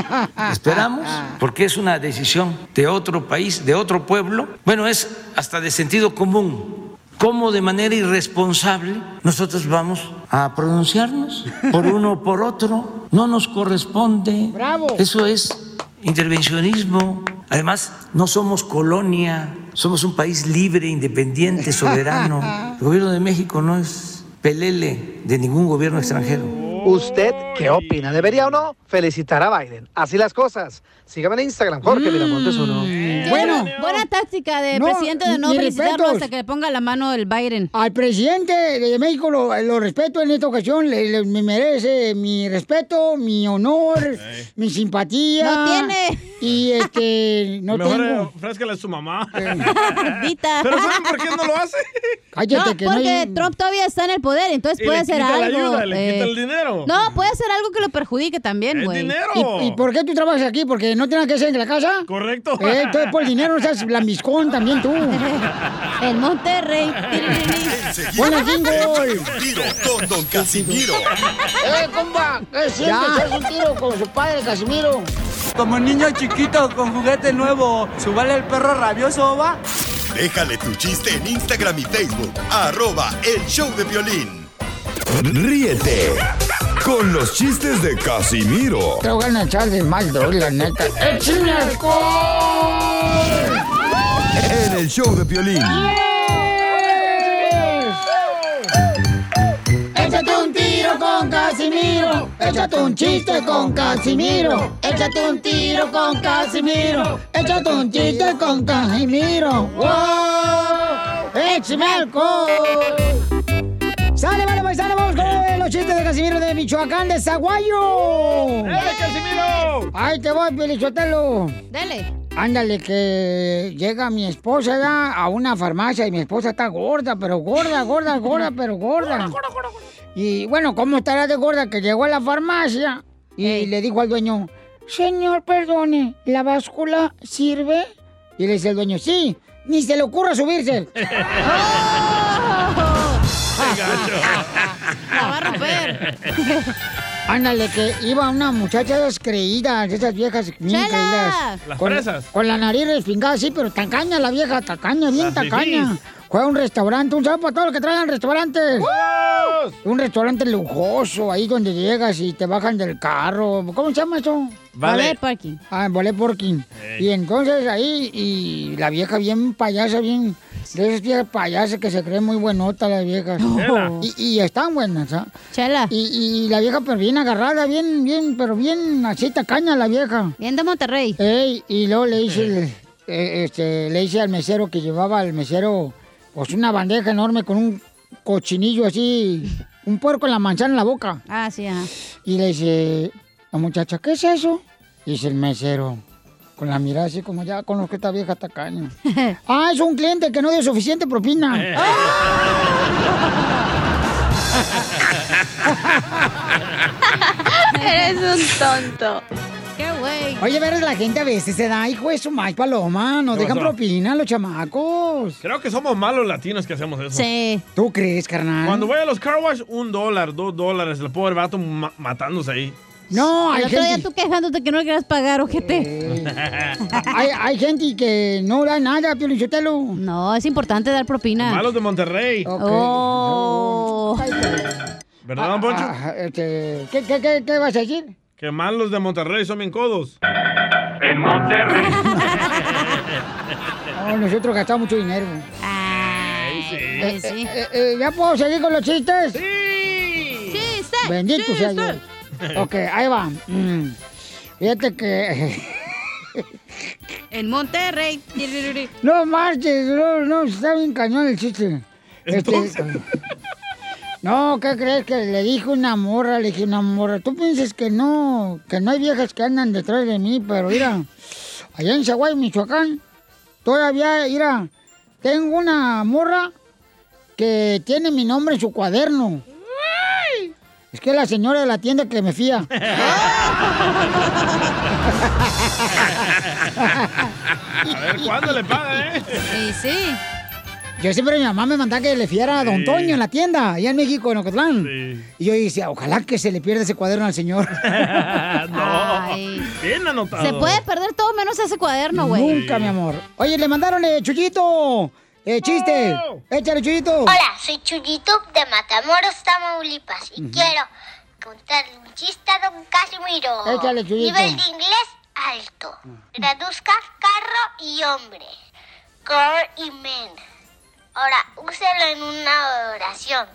esperamos, porque es una decisión de otro país, de otro pueblo. Bueno, es hasta de sentido común. ¿Cómo de manera irresponsable nosotros vamos a pronunciarnos por uno o por otro? No nos corresponde. Eso es intervencionismo. Además, no somos colonia, somos un país libre, independiente, soberano. El gobierno de México no es pelele de ningún gobierno extranjero.
¿Usted qué opina? ¿Debería o no felicitar a Biden? Así las cosas. Sígame en Instagram, Jorge Miramontes uno.
Bueno, buena táctica de
No,
presidente de no
ni
felicitarlo
respetos.
hasta que le ponga la mano el Biden.
Al presidente de México lo, lo respeto en esta ocasión, le- le- me merece mi respeto, mi honor, mi simpatía.
No
tiene. Y este, no
Mejor eh,
tengo.
ofrézcale a su mamá.
Dita.
Pero ¿saben por qué no lo hace?
Cállate,
no,
que no
porque
hay-
Trump todavía está en el poder, entonces
Y le
puede hacer
quita la
algo. eh,
ayuda, le quita el dinero.
No, puede hacer algo que lo perjudique también, güey.
¿Y, y por qué tú trabajas aquí? ¿Porque no tienes que hacer en la casa?
Correcto.
Eh, entonces por el dinero no seas lambiscón también tú.
En Monterrey.
Buena jingle.
Échate un tiro con Don Casimiro.
¡Eh, compa! ¿Qué sientes?
Ya.
¿Haz un tiro con su padre, Casimiro?
Como niño chiquito con juguete nuevo, ¿subale el perro rabioso va?
Déjale tu chiste en Instagram y Facebook. Arroba el show de violín.
Ríete.
Con los chistes de Casimiro.
Te voy a echar de mal, bro, la neta. ¡Échame alcohol!
En el show de violín.
¡Eh! Échate un tiro con Casimiro. Échate un chiste con Casimiro. Échate un tiro con Casimiro. Échate un chiste con Casimiro. ¡Wow! ¡Échame alcohol! ¡Sale, vale, paisano! ¡Vamos con eh, los chistes de Casimiro de Michoacán, de Zaguayo! ¡Eh, Casimiro! ¡Ahí te voy, Pelichotelo!
Dale.
Ándale, que llega mi esposa ya a una farmacia y mi esposa está gorda, pero gorda, gorda, gorda, pero gorda. Y bueno, ¿cómo estará de gorda? Que llegó a la farmacia y le dijo al dueño, señor, perdone, ¿la báscula sirve? Y le dice el dueño, sí, ni se le ocurra subirse.
La va a romper.
Ándale, que iba una muchacha descreída, de esas viejas bien
¡Chela!
creídas.
Las
con,
fresas.
Con la nariz respingada, sí, pero tacaña la vieja, tacaña, bien
Las
tacaña.
fifís.
Fue a un restaurante, un saludo para todos los que traen restaurantes. Un restaurante lujoso, ahí donde llegas y te bajan del carro. ¿Cómo se llama eso?
Valet Valet parking.
Ah, valet parking.
Ey.
Y entonces ahí, y la vieja bien payasa, bien... De esas viejas payasas que se creen muy buenotas las viejas.
Chela.
Y, y están buenas, ¿ah? Chela. Y, y la vieja, pero bien agarrada, bien, bien, pero bien así tacaña la vieja. Bien de Monterrey. Ey, y luego le hice, este, le hice al mesero que llevaba al mesero, pues una bandeja enorme con un cochinillo así, un puerco con la manzana en la boca.
Ah, sí, ajá.
Y le dice la muchacha, ¿qué es eso? Dice el mesero, con la mirada así como ya con los que esta vieja tacaña. ah, es un cliente que no dio suficiente propina.
Eres
un tonto.
Qué güey.
Oye, ver, la gente a veces se da, hijo de su maíz paloma, no
¿Qué
dejan
pasó?
propina a los chamacos.
Creo que somos malos latinos que hacemos eso.
¿Tú crees, carnal?
Cuando voy a los car wash, un dólar, dos dólares, el pobre vato ma- matándose ahí.
No,
El
hay
otro día
gente, Eh,
tú quejándote que no le querías pagar, ojete.
hay, hay gente que no da nada, Pio
No, es importante dar propina.
Malos de Monterrey.
Oh.
¿Verdad, don Poncho?
Ah, ¿qué, qué, qué, qué vas a decir?
Que malos de Monterrey son bien codos.
En Monterrey.
No, Oh, nosotros gastamos mucho dinero. Eh, eh, eh, eh, ¿Ya puedo seguir con los chistes? ¡Sí!
¡Chiste!
Bendito sea
chiste.
Dios. Ok, ahí va. Mm, Fíjate que...
En Monterrey.
No marches, no, no, está bien cañón el chiste. Este, no, ¿qué crees que le dije una morra? Le dije una morra. Tú piensas que no, que no hay viejas que andan detrás de mí, pero mira, allá en Zaguay, Michoacán, Todavía, mira, tengo una morra que tiene mi nombre en su cuaderno. Es que es la señora de la tienda que me fía.
A ver cuándo le paga, ¿eh?
Sí, sí. Yo siempre mi mamá me mandaba que le fiara a Don
Sí.
Toño en la tienda, allá en México, en Ocotlán. Y yo decía, ojalá que se le pierda ese cuaderno al señor.
Ah, no. Bien anotado.
Se puede perder todo menos ese cuaderno, güey.
Nunca, mi amor. Oye, le mandaron eh, Chuyito. Eh, chiste. Échale, Chuyito.
Hola, soy Chuyito de Matamoros, Tamaulipas y
Ujú.
quiero contarle un chiste a don Casimiro.
Échale, Chuyito.
Nivel de inglés alto. Traduzca carro y hombre. Car y men. Ahora, úselo en una oración.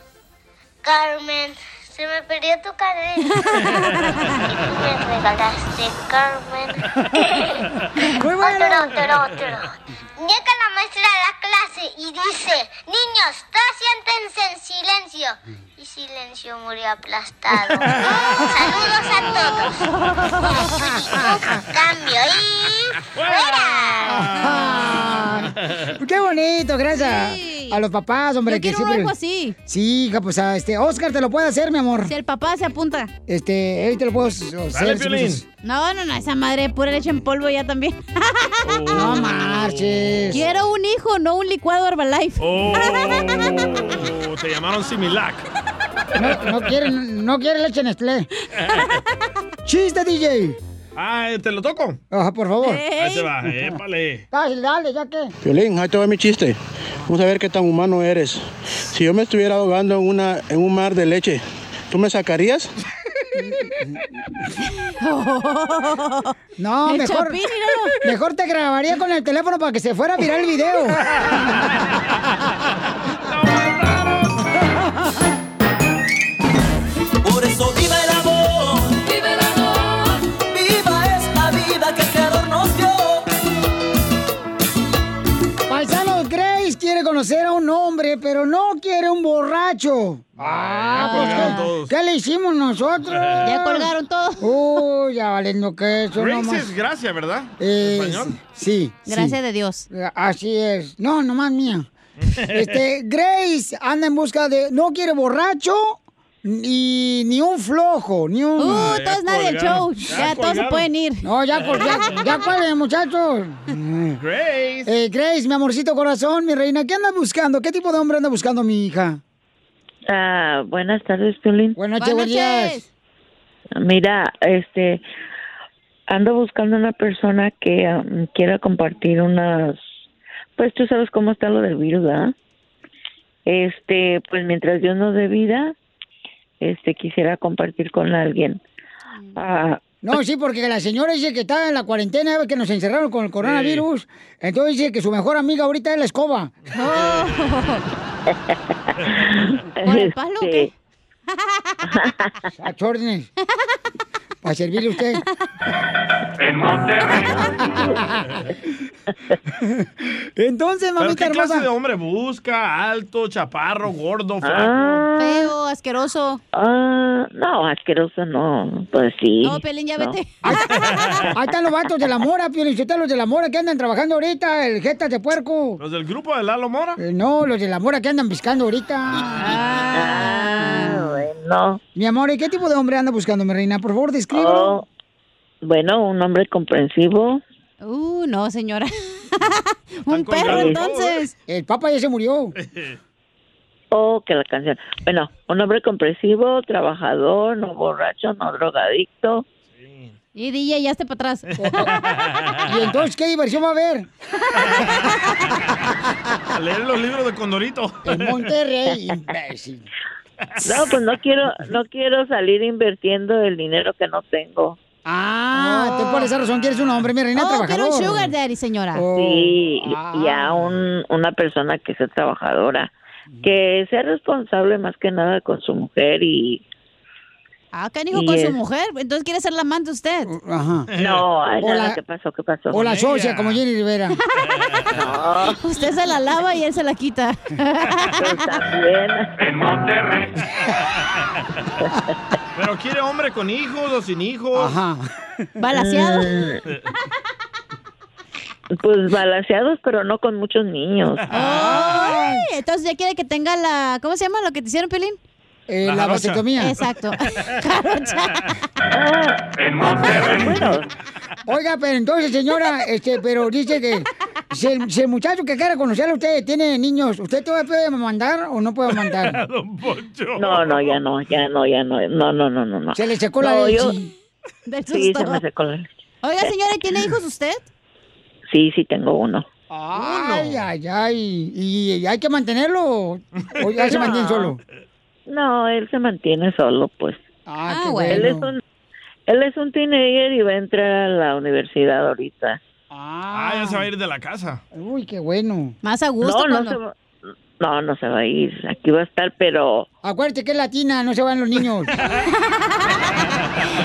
Carmen, se me perdió tu cadena. Y tú me regalaste, Carmen.
Muy bueno.
Otro, otro, otro. Llega la maestra a la clase y dice, niños, todos siéntense en silencio. Y silencio murió aplastado. Saludos a todos. Con Cambio y fuera.
Qué bonito, gracias.
Sí.
A los papás, hombre,
Yo
que
quiero uno
siempre.
algo así.
Sí, hija, pues a este. Oscar te lo puede hacer, mi amor.
Si el papá se apunta.
Este, él te lo puedo
Pues
hacer. si pues, gustas.
No, no, no, esa madre pura leche en polvo ya también.
Oh, No marches.
Quiero un hijo, no un licuado Herbalife.
Oh, te llamaron Similac.
No, no quiere, no quiere leche Nestlé. Chiste, DJ.
Ah, ¿te lo toco?
Ajá, por favor.
Ahí te va, épale.
Dale, dale, ya que.
Violín, ahí te va mi chiste. Vamos a ver qué tan humano eres. Si yo me estuviera ahogando en, una, en un mar de leche, ¿tú me sacarías?
No,
El
mejor.
Chapín,
mejor te grabaría con el teléfono para que se fuera a virar el video.
Por eso viva el amor. Viva el amor. Viva esta vida que el creador nos dio.
Paisano Grace quiere conocer a un hombre, pero no quiere un borracho. Ah, pues,
colgaron
¿qué-
todos.
¿qué le hicimos nosotros?
Ya
colgaron todos.
Uy, ya valiendo que eso
Grace
nomás.
es gracia, ¿verdad?
Eh,
¿Español?
Sí.
Gracias
de Dios. Así es. No, nomás mía. Este, Grace anda en busca de. No quiere borracho. Ni, ni un flojo, ni un.
Uh, Ah, ya todos nadie del colgaron. show. Ya Ya todos se colgaron. pueden ir.
No, ya, col- ya, ya cuelguen, muchachos.
Grace.
Eh, Grace, mi amorcito corazón, mi reina, ¿qué andas buscando? ¿Qué tipo de hombre anda buscando mi hija?
Ah, buenas tardes, Piolín.
Buenas noches, buenos días.
Mira, este, ando buscando una persona que um, quiera compartir unas, pues tú sabes cómo está lo del virus, ¿verdad? Este, pues mientras Dios nos dé vida, este, quisiera compartir con alguien.
Mm.
Ah,
No, sí, porque la señora dice que está en la cuarentena, que nos encerraron con el coronavirus. Entonces dice que su mejor amiga ahorita es la escoba.
Oh. ¿Por el palo o qué?
Este, A tus órdenes. Para servirle a usted.
En
Entonces,
¿Pero
mamita
qué clase
hermosa.
de hombre busca? Alto, chaparro, gordo, flaco.
ah,
Feo, asqueroso.
ah, no, asqueroso no, pues sí.
No, Pelín, ya
no.
vete.
Ahí están los vatos de la mora, Piolichotá, los de la mora que andan trabajando ahorita, el jetas de puerco.
¿Los del grupo de Lalo Mora?
Eh, no, los de la mora que andan buscando ahorita.
Ah, No.
Mi amor, ¿y qué tipo de hombre anda buscando, mi reina? Por favor, descríbelo.
Oh, bueno, un hombre comprensivo.
Uh, no, señora. Un perro,
colgados
entonces.
El papá ya se murió.
Oh, que la canción. Bueno, un hombre comprensivo, trabajador, no borracho, no drogadicto.
Y DJ, ya esté para atrás.
¿Y entonces qué diversión va a haber?
A leer los libros de Condorito.
En Monterrey, imbécil.
No, pues no quiero, no quiero salir invirtiendo el dinero que no tengo.
Ah, tú por esa razón quieres un hombre, mi reina, Oh.
Oh, quiero
trabajador.
un sugar daddy, señora.
Sí, y- y
ah.
a un, una persona que sea trabajadora, que sea responsable más que nada con su mujer y
Ah, canijo,
Y
con su
es-
mujer. Entonces quiere ser la amante usted.
Oh, Ajá.
no, ay,
O
nada,
la-
¿qué pasó? ¿Qué pasó?
O la socia, como Jenny Rivera.
Usted se la lava y él se la quita.
En Monterrey.
¿Pero quiere hombre con hijos o sin hijos?
Ajá.
Balaseado.
Pues balaseados, pero no con muchos niños.
Ay, entonces ya quiere que tenga la. ¿Cómo se llama lo que te hicieron, Pelín?
La la jarocha. vasectomía.
Exacto. Jarocha.
Oiga, pero entonces, señora, este, pero dice que si el, si el muchacho que quiera conocer a usted tiene niños, ¿usted todavía puede mandar o no puede mandar?
No, no, ya no, ya no, ya no, no, no, no, no. no.
Se le secó la
No,
leche.
yo-
Del
Sí, se
susto.
me secó la-
Oiga, señora, ¿tiene hijos usted?
Sí, sí, tengo uno.
Ay, ay, ay. ¿Y, y hay que mantenerlo? ¿O ya se
No.
mantiene solo?
No, él se mantiene solo, pues.
Ah,
qué bueno. Él es un- Él es un teenager y va a entrar a la universidad ahorita.
Ah, ya se va a ir de la casa.
Uy, qué bueno.
Más a
gusto, No, no Pablo. se va- No, no se va a ir. Aquí va a estar, pero
Acuérdate que es latina, no se van los niños.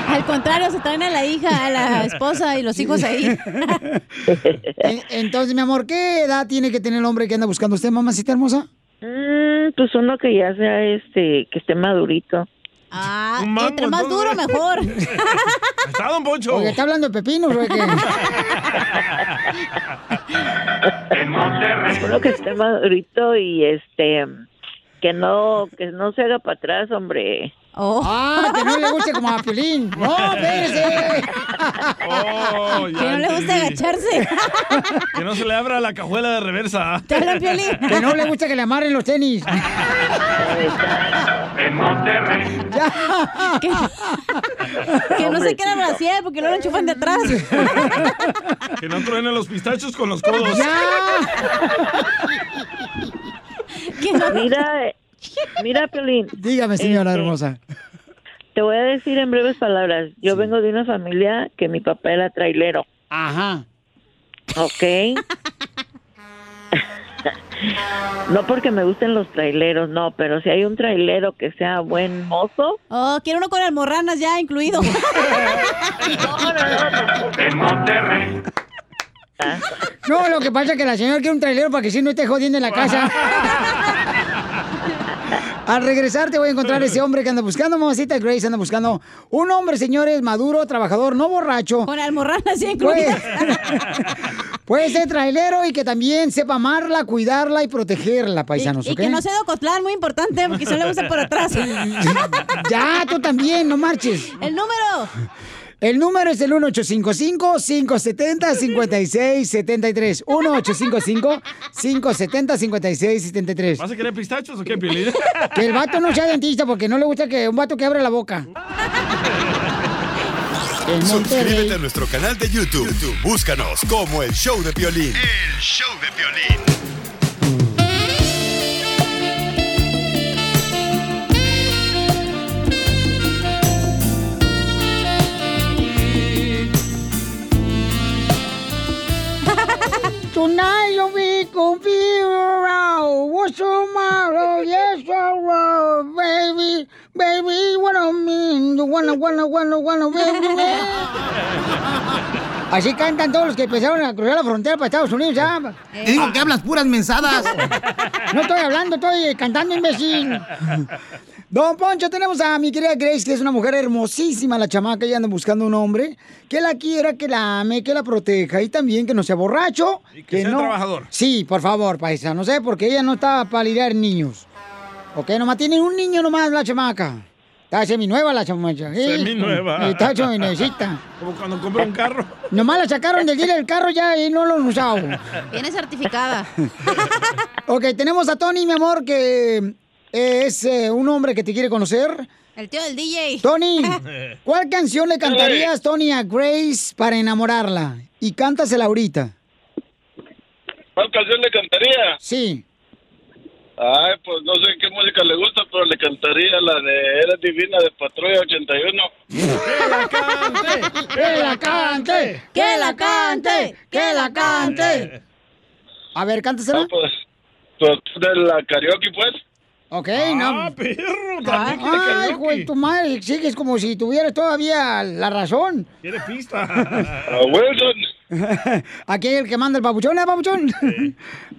Al contrario, se traen a la hija, a la esposa y los hijos ahí.
En- Entonces, mi amor, ¿qué edad tiene que tener el hombre que anda buscando usted, mamacita hermosa?
mm, pues uno que ya sea este, que esté madurito.
Ah,
mango,
entre más duro,
entonces.
mejor.
Está don Poncho.
Porque está hablando de pepinos, güey.
Uno que esté madurito y este que no que no se haga para atrás, hombre.
Ah, que no le guste como a Piolín. No, espérese.
Oh,
que no le gusta agacharse.
Que no se le abra la cajuela de reversa.
Te hablan, Piolín.
Que no le gusta que le amarren los tenis.
Ya. Que, que no se quede brasier porque luego lo enchufan de atrás.
Que no truenen los pistachos con los codos.
Mira, eh, mira, Piolín.
Dígame, señora
Este,
hermosa.
Te voy a decir en breves palabras. Yo vengo de una familia que mi papá era trailero.
Ajá.
Ok. no porque me gusten los traileros, no, pero si hay un trailero que sea buen mozo.
Oh, quiero uno con almorranas ya incluido.
No, lo que pasa es que la señora quiere un trailero para que si no esté jodiendo en la casa. Al regresar te voy a encontrar ese hombre que anda buscando, mamacita Grace anda buscando un hombre, señores, maduro, trabajador, no borracho.
Con almorranas sí
Puede,
incluidas.
puede ser trailero y que también sepa amarla, cuidarla y protegerla, paisanos,
Y
¿ok?
que no sea de Ocotlán, muy importante, porque si no le gusta por atrás.
ya, tú también, no marches.
El número.
El número es el 1855-570-5673. 1855-570-5673.
¿Vas a querer pistachos o qué, Piolín?
Que el vato no sea dentista porque no le gusta que un vato que abra la boca. En Monterrey.
Suscríbete a nuestro canal de YouTube. YouTube, Búscanos como el show de Piolín. El show de Piolín.
Tonight you'll be confused around. What's tomorrow? Yes, tomorrow, baby, baby, what I mean. You wanna, wanna, wanna, wanna, baby. Así cantan todos los que empezaron a cruzar la frontera para Estados Unidos, ¿ya?
Te digo que
hablas puras mensadas. No estoy hablando, estoy eh, cantando, imbécil. Don Poncho, tenemos a mi querida Grace, que es una mujer hermosísima, la chamaca, ella anda buscando un hombre que la quiera, que la ame, que la proteja y también que no sea borracho. Y
que sea
no...
trabajador.
Sí, por favor, paisa, no sé, porque ella no está para lidiar niños. Ok, nomás tiene un niño nomás la chamaca. Está seminueva la chamaca.
Seminueva.
Está seminuevecita.
Como cuando compra un carro.
Nomás la sacaron del día del carro ya y no lo han usado.
Viene certificada.
Ok, tenemos a Tony, mi amor, que eh, es eh, un hombre que te quiere conocer.
El tío del DJ.
Tony, ¿cuál canción le cantarías, Tony, a Grace para enamorarla? Y cántasela ahorita.
¿Cuál canción le cantaría?
Sí.
Ay, pues no sé qué música le gusta, pero le cantaría la de Eres Divina de Patrulla 81.
¡Que la cante! ¡Que la cante! ¡Que la cante! A ver, cántasela.
Ah, Pues de la karaoke, pues.
Ok,
Ah,
no.
perro,
Ay,
también quiere karaoke.
hijo de tu madre, sigues como si tuvieras todavía la razón.
Quiere pista.
A Wilson.
Aquí hay el que manda el papuchón, ¿eh, papuchón?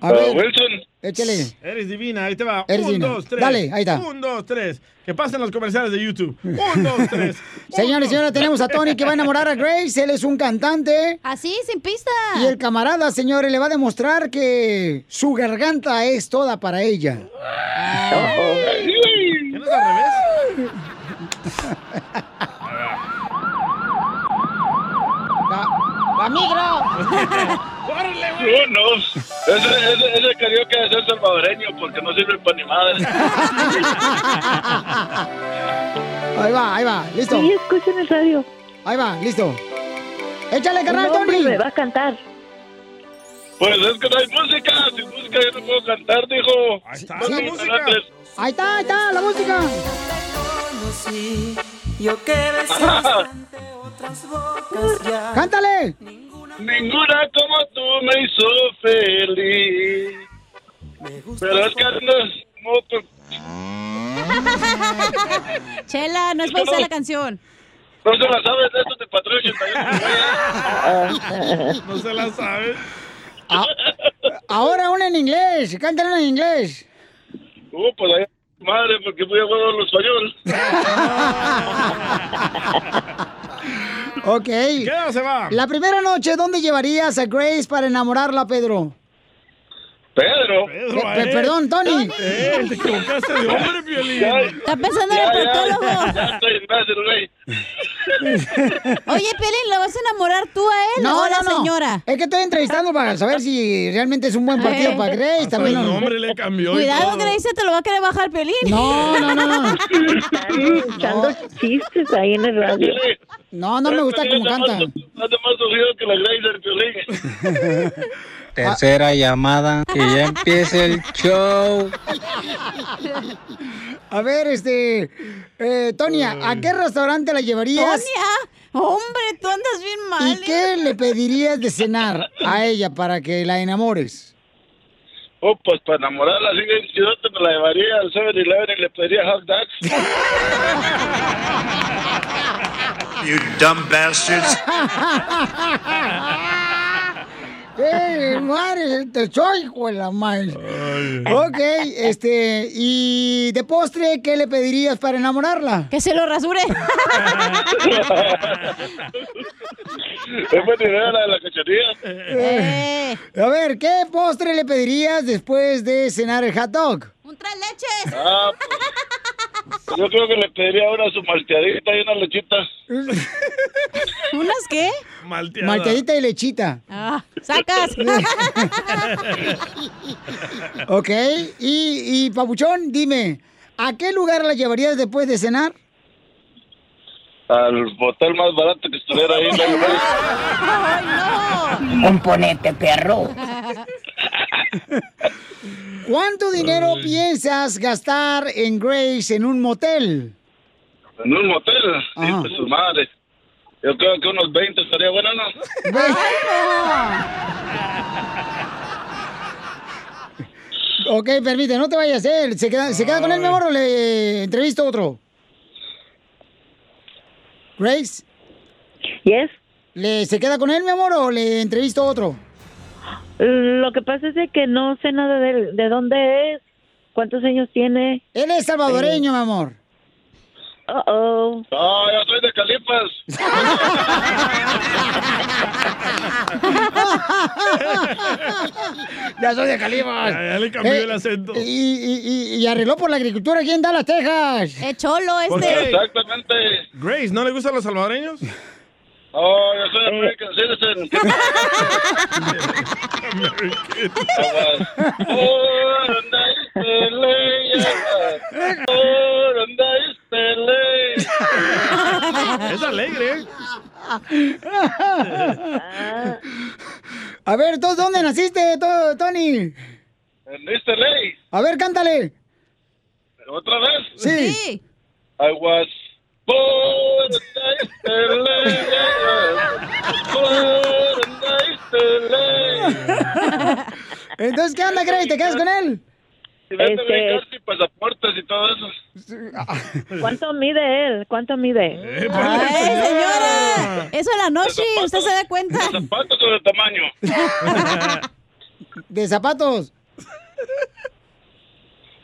A
Ah,
Uh,
ver,
Wilson.
Échale.
Eres divina, ahí te va.
Eres
un,
divina.
dos, tres.
Dale, ahí está.
Un, dos, tres. Que pasen los comerciales de YouTube. Un, dos, tres.
Señores, señora, tenemos a Tony que va a enamorar a Grace. Él es un cantante.
Así, sin pista.
Y el camarada, señores, le va a demostrar que su garganta es toda para ella.
¿Qué no es al revés?
¡La, la micro!
No, no. Ese, ese, ese carioca de ser salvadoreño porque no sirve para ni madre.
Ahí va, ahí va, listo.
Sí, escuchen el radio.
Ahí va, listo. Échale, carnal,
Un hombre
Tony.
me va a cantar.
Pues es que no hay música. Sin música yo no puedo cantar, dijo. Ahí está
Pues,
la música. Ahí está, ahí está, la música.
Yo que besé bastante otras bocas ya.
¡Cántale!
Ninguna como tú me hizo feliz. Pero es que andas moto.
Chela, no es para usar la canción.
No se la sabes de esto de Patrón 81.
No se la sabes.
Ahora una en inglés, cántala una en inglés.
Uh, pues ahí, madre, porque voy a jugar los español.
Ok. ¿Qué
se va?
La primera noche, ¿dónde llevarías a Grace para enamorarla, Pedro?
Pedro.
Pe- pe- perdón, Tony.
Eh, te equivocaste de hombre, Piolín.
Está pensando en el proctólogo.
Ya estoy en base, güey.
Oye, Pelín, ¿lo vas a enamorar tú a él o a la señora?
Es que estoy entrevistando para saber si realmente es un buen partido
Eh.
para Grace.
Hasta
También
el
no-
nombre le cambió. y
Cuidado,
todo.
Grace, te lo va a querer bajar, Pelín.
No, no, no, no.
Echando chistes ahí en el radio.
No, no me gusta cómo canta.
Anda más sufrido que la Grace del Piolín.
Tercera llamada, que ya empiece el show.
A ver, este. eh, Tonia, ¿a qué restaurante la llevarías?
Tonia, hombre, tú andas bien mal.
¿Y qué le pedirías de cenar a ella para que la enamores?
Oh, pues para enamorarla, así bien chidote, me la llevaría al 7-Eleven y le pediría hot dogs. you dumb bastards.
¡Eh, madre! ¡Te soy, güey, la madre! Ok, este. ¿Y de postre qué le pedirías para enamorarla?
Que se lo rasure.
Es buena idea la de la cacharilla.
Eh, A ver, ¿qué postre le pedirías después de cenar el hot dog?
Ah, pues, yo creo que le pediría ahora su malteadita y una lechita.
¿Unas qué?
Malteada.
Malteadita y lechita.
Ah, sacas.
Eh. Ok, y, y Papuchón, dime, ¿a qué lugar la llevarías después de cenar?
Al botel más barato que estuviera ahí.
Componente, perro. ¿Cuánto dinero piensas gastar en Grace en un motel?
En un motel. Dice su madre. Yo creo que unos 20 estaría bueno, ¿no?
ok, permite, no te vayas, ¿eh? ¿Se queda, ¿se queda con él, mi amor, o le entrevisto otro? Grace.
Yes.
¿Le, ¿Se queda con él, mi amor, o le entrevisto otro?
Lo que pasa es de que no sé nada de, de dónde es, cuántos años tiene.
Él es salvadoreño, mi amor.
Uh oh.
No, Ah, yo soy de Calipas.
ya soy de Calibas.
Ya, ya le cambió
Eh,
el acento.
Y, y- y- y arregló por la agricultura aquí en Dallas, Texas.
Es cholo este.
¿Por qué?
Este- Exactamente.
Grace, ¿no le gustan los salvadoreños?
Oh, yo soy American Citizen.
Es alegre.
A ver, ¿tú dónde naciste, to- Tony?
En esta ley.
A ver, cántale.
¿Otra vez?
Sí.
I was born in Iceland. Born in Iceland.
Entonces, ¿qué onda, Grace? ¿Te quedas con él?
Y véndeme cartas y pasaportes y todo eso.
¿Cuánto mide él? ¿Cuánto
Eh,
mide?
Ah. pues.
¡Ay, señora! Eso en la noche, usted se da cuenta.
Zapatos o de tamaño.
¿De zapatos?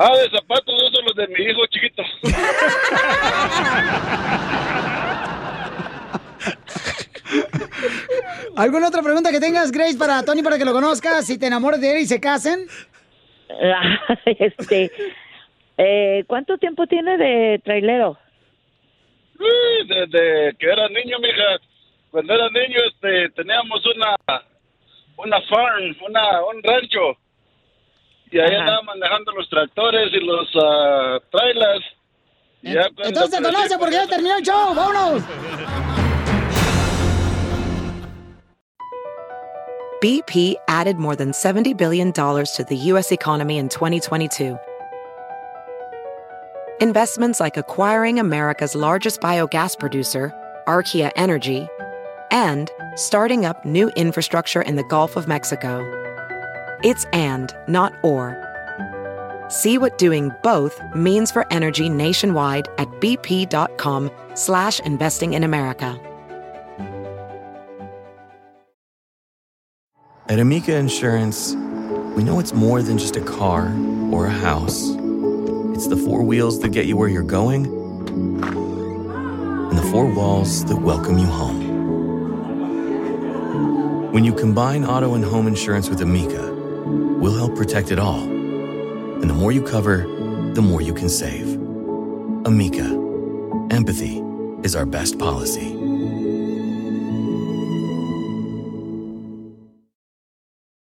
Ah, de zapatos, esos son los de mi hijo chiquito.
¿Alguna otra pregunta que tengas, Grace, para Tony, para que lo conozcas? Si te enamores de él y se casen.
este, eh, ¿Cuánto tiempo tiene de trailero?
Sí, Eh, Desde que era niño, mija. Cuando era niño, este, teníamos una, una farm, una, un rancho. Y ahí
Ajá.
andaba manejando los tractores y los ah, trailers. Y ya cuando
Entonces te
crecí,
conoce porque ya terminó el show. ¡Vámonos!
BP added more than $70 billion to the U.S. economy in 2022. Investments like acquiring America's largest biogas producer, Archaea Energy, and starting up new infrastructure in the Gulf of Mexico. It's and, not or. See what doing both means for energy nationwide at bp.com slash investing in America.
At Amica Insurance, we know it's more than just a car or a house. It's the four wheels that get you where you're going and the four walls that welcome you home. When you combine auto and home insurance with Amica, we'll help protect it all. And the more you cover, the more you can save. Amica, empathy is our best policy.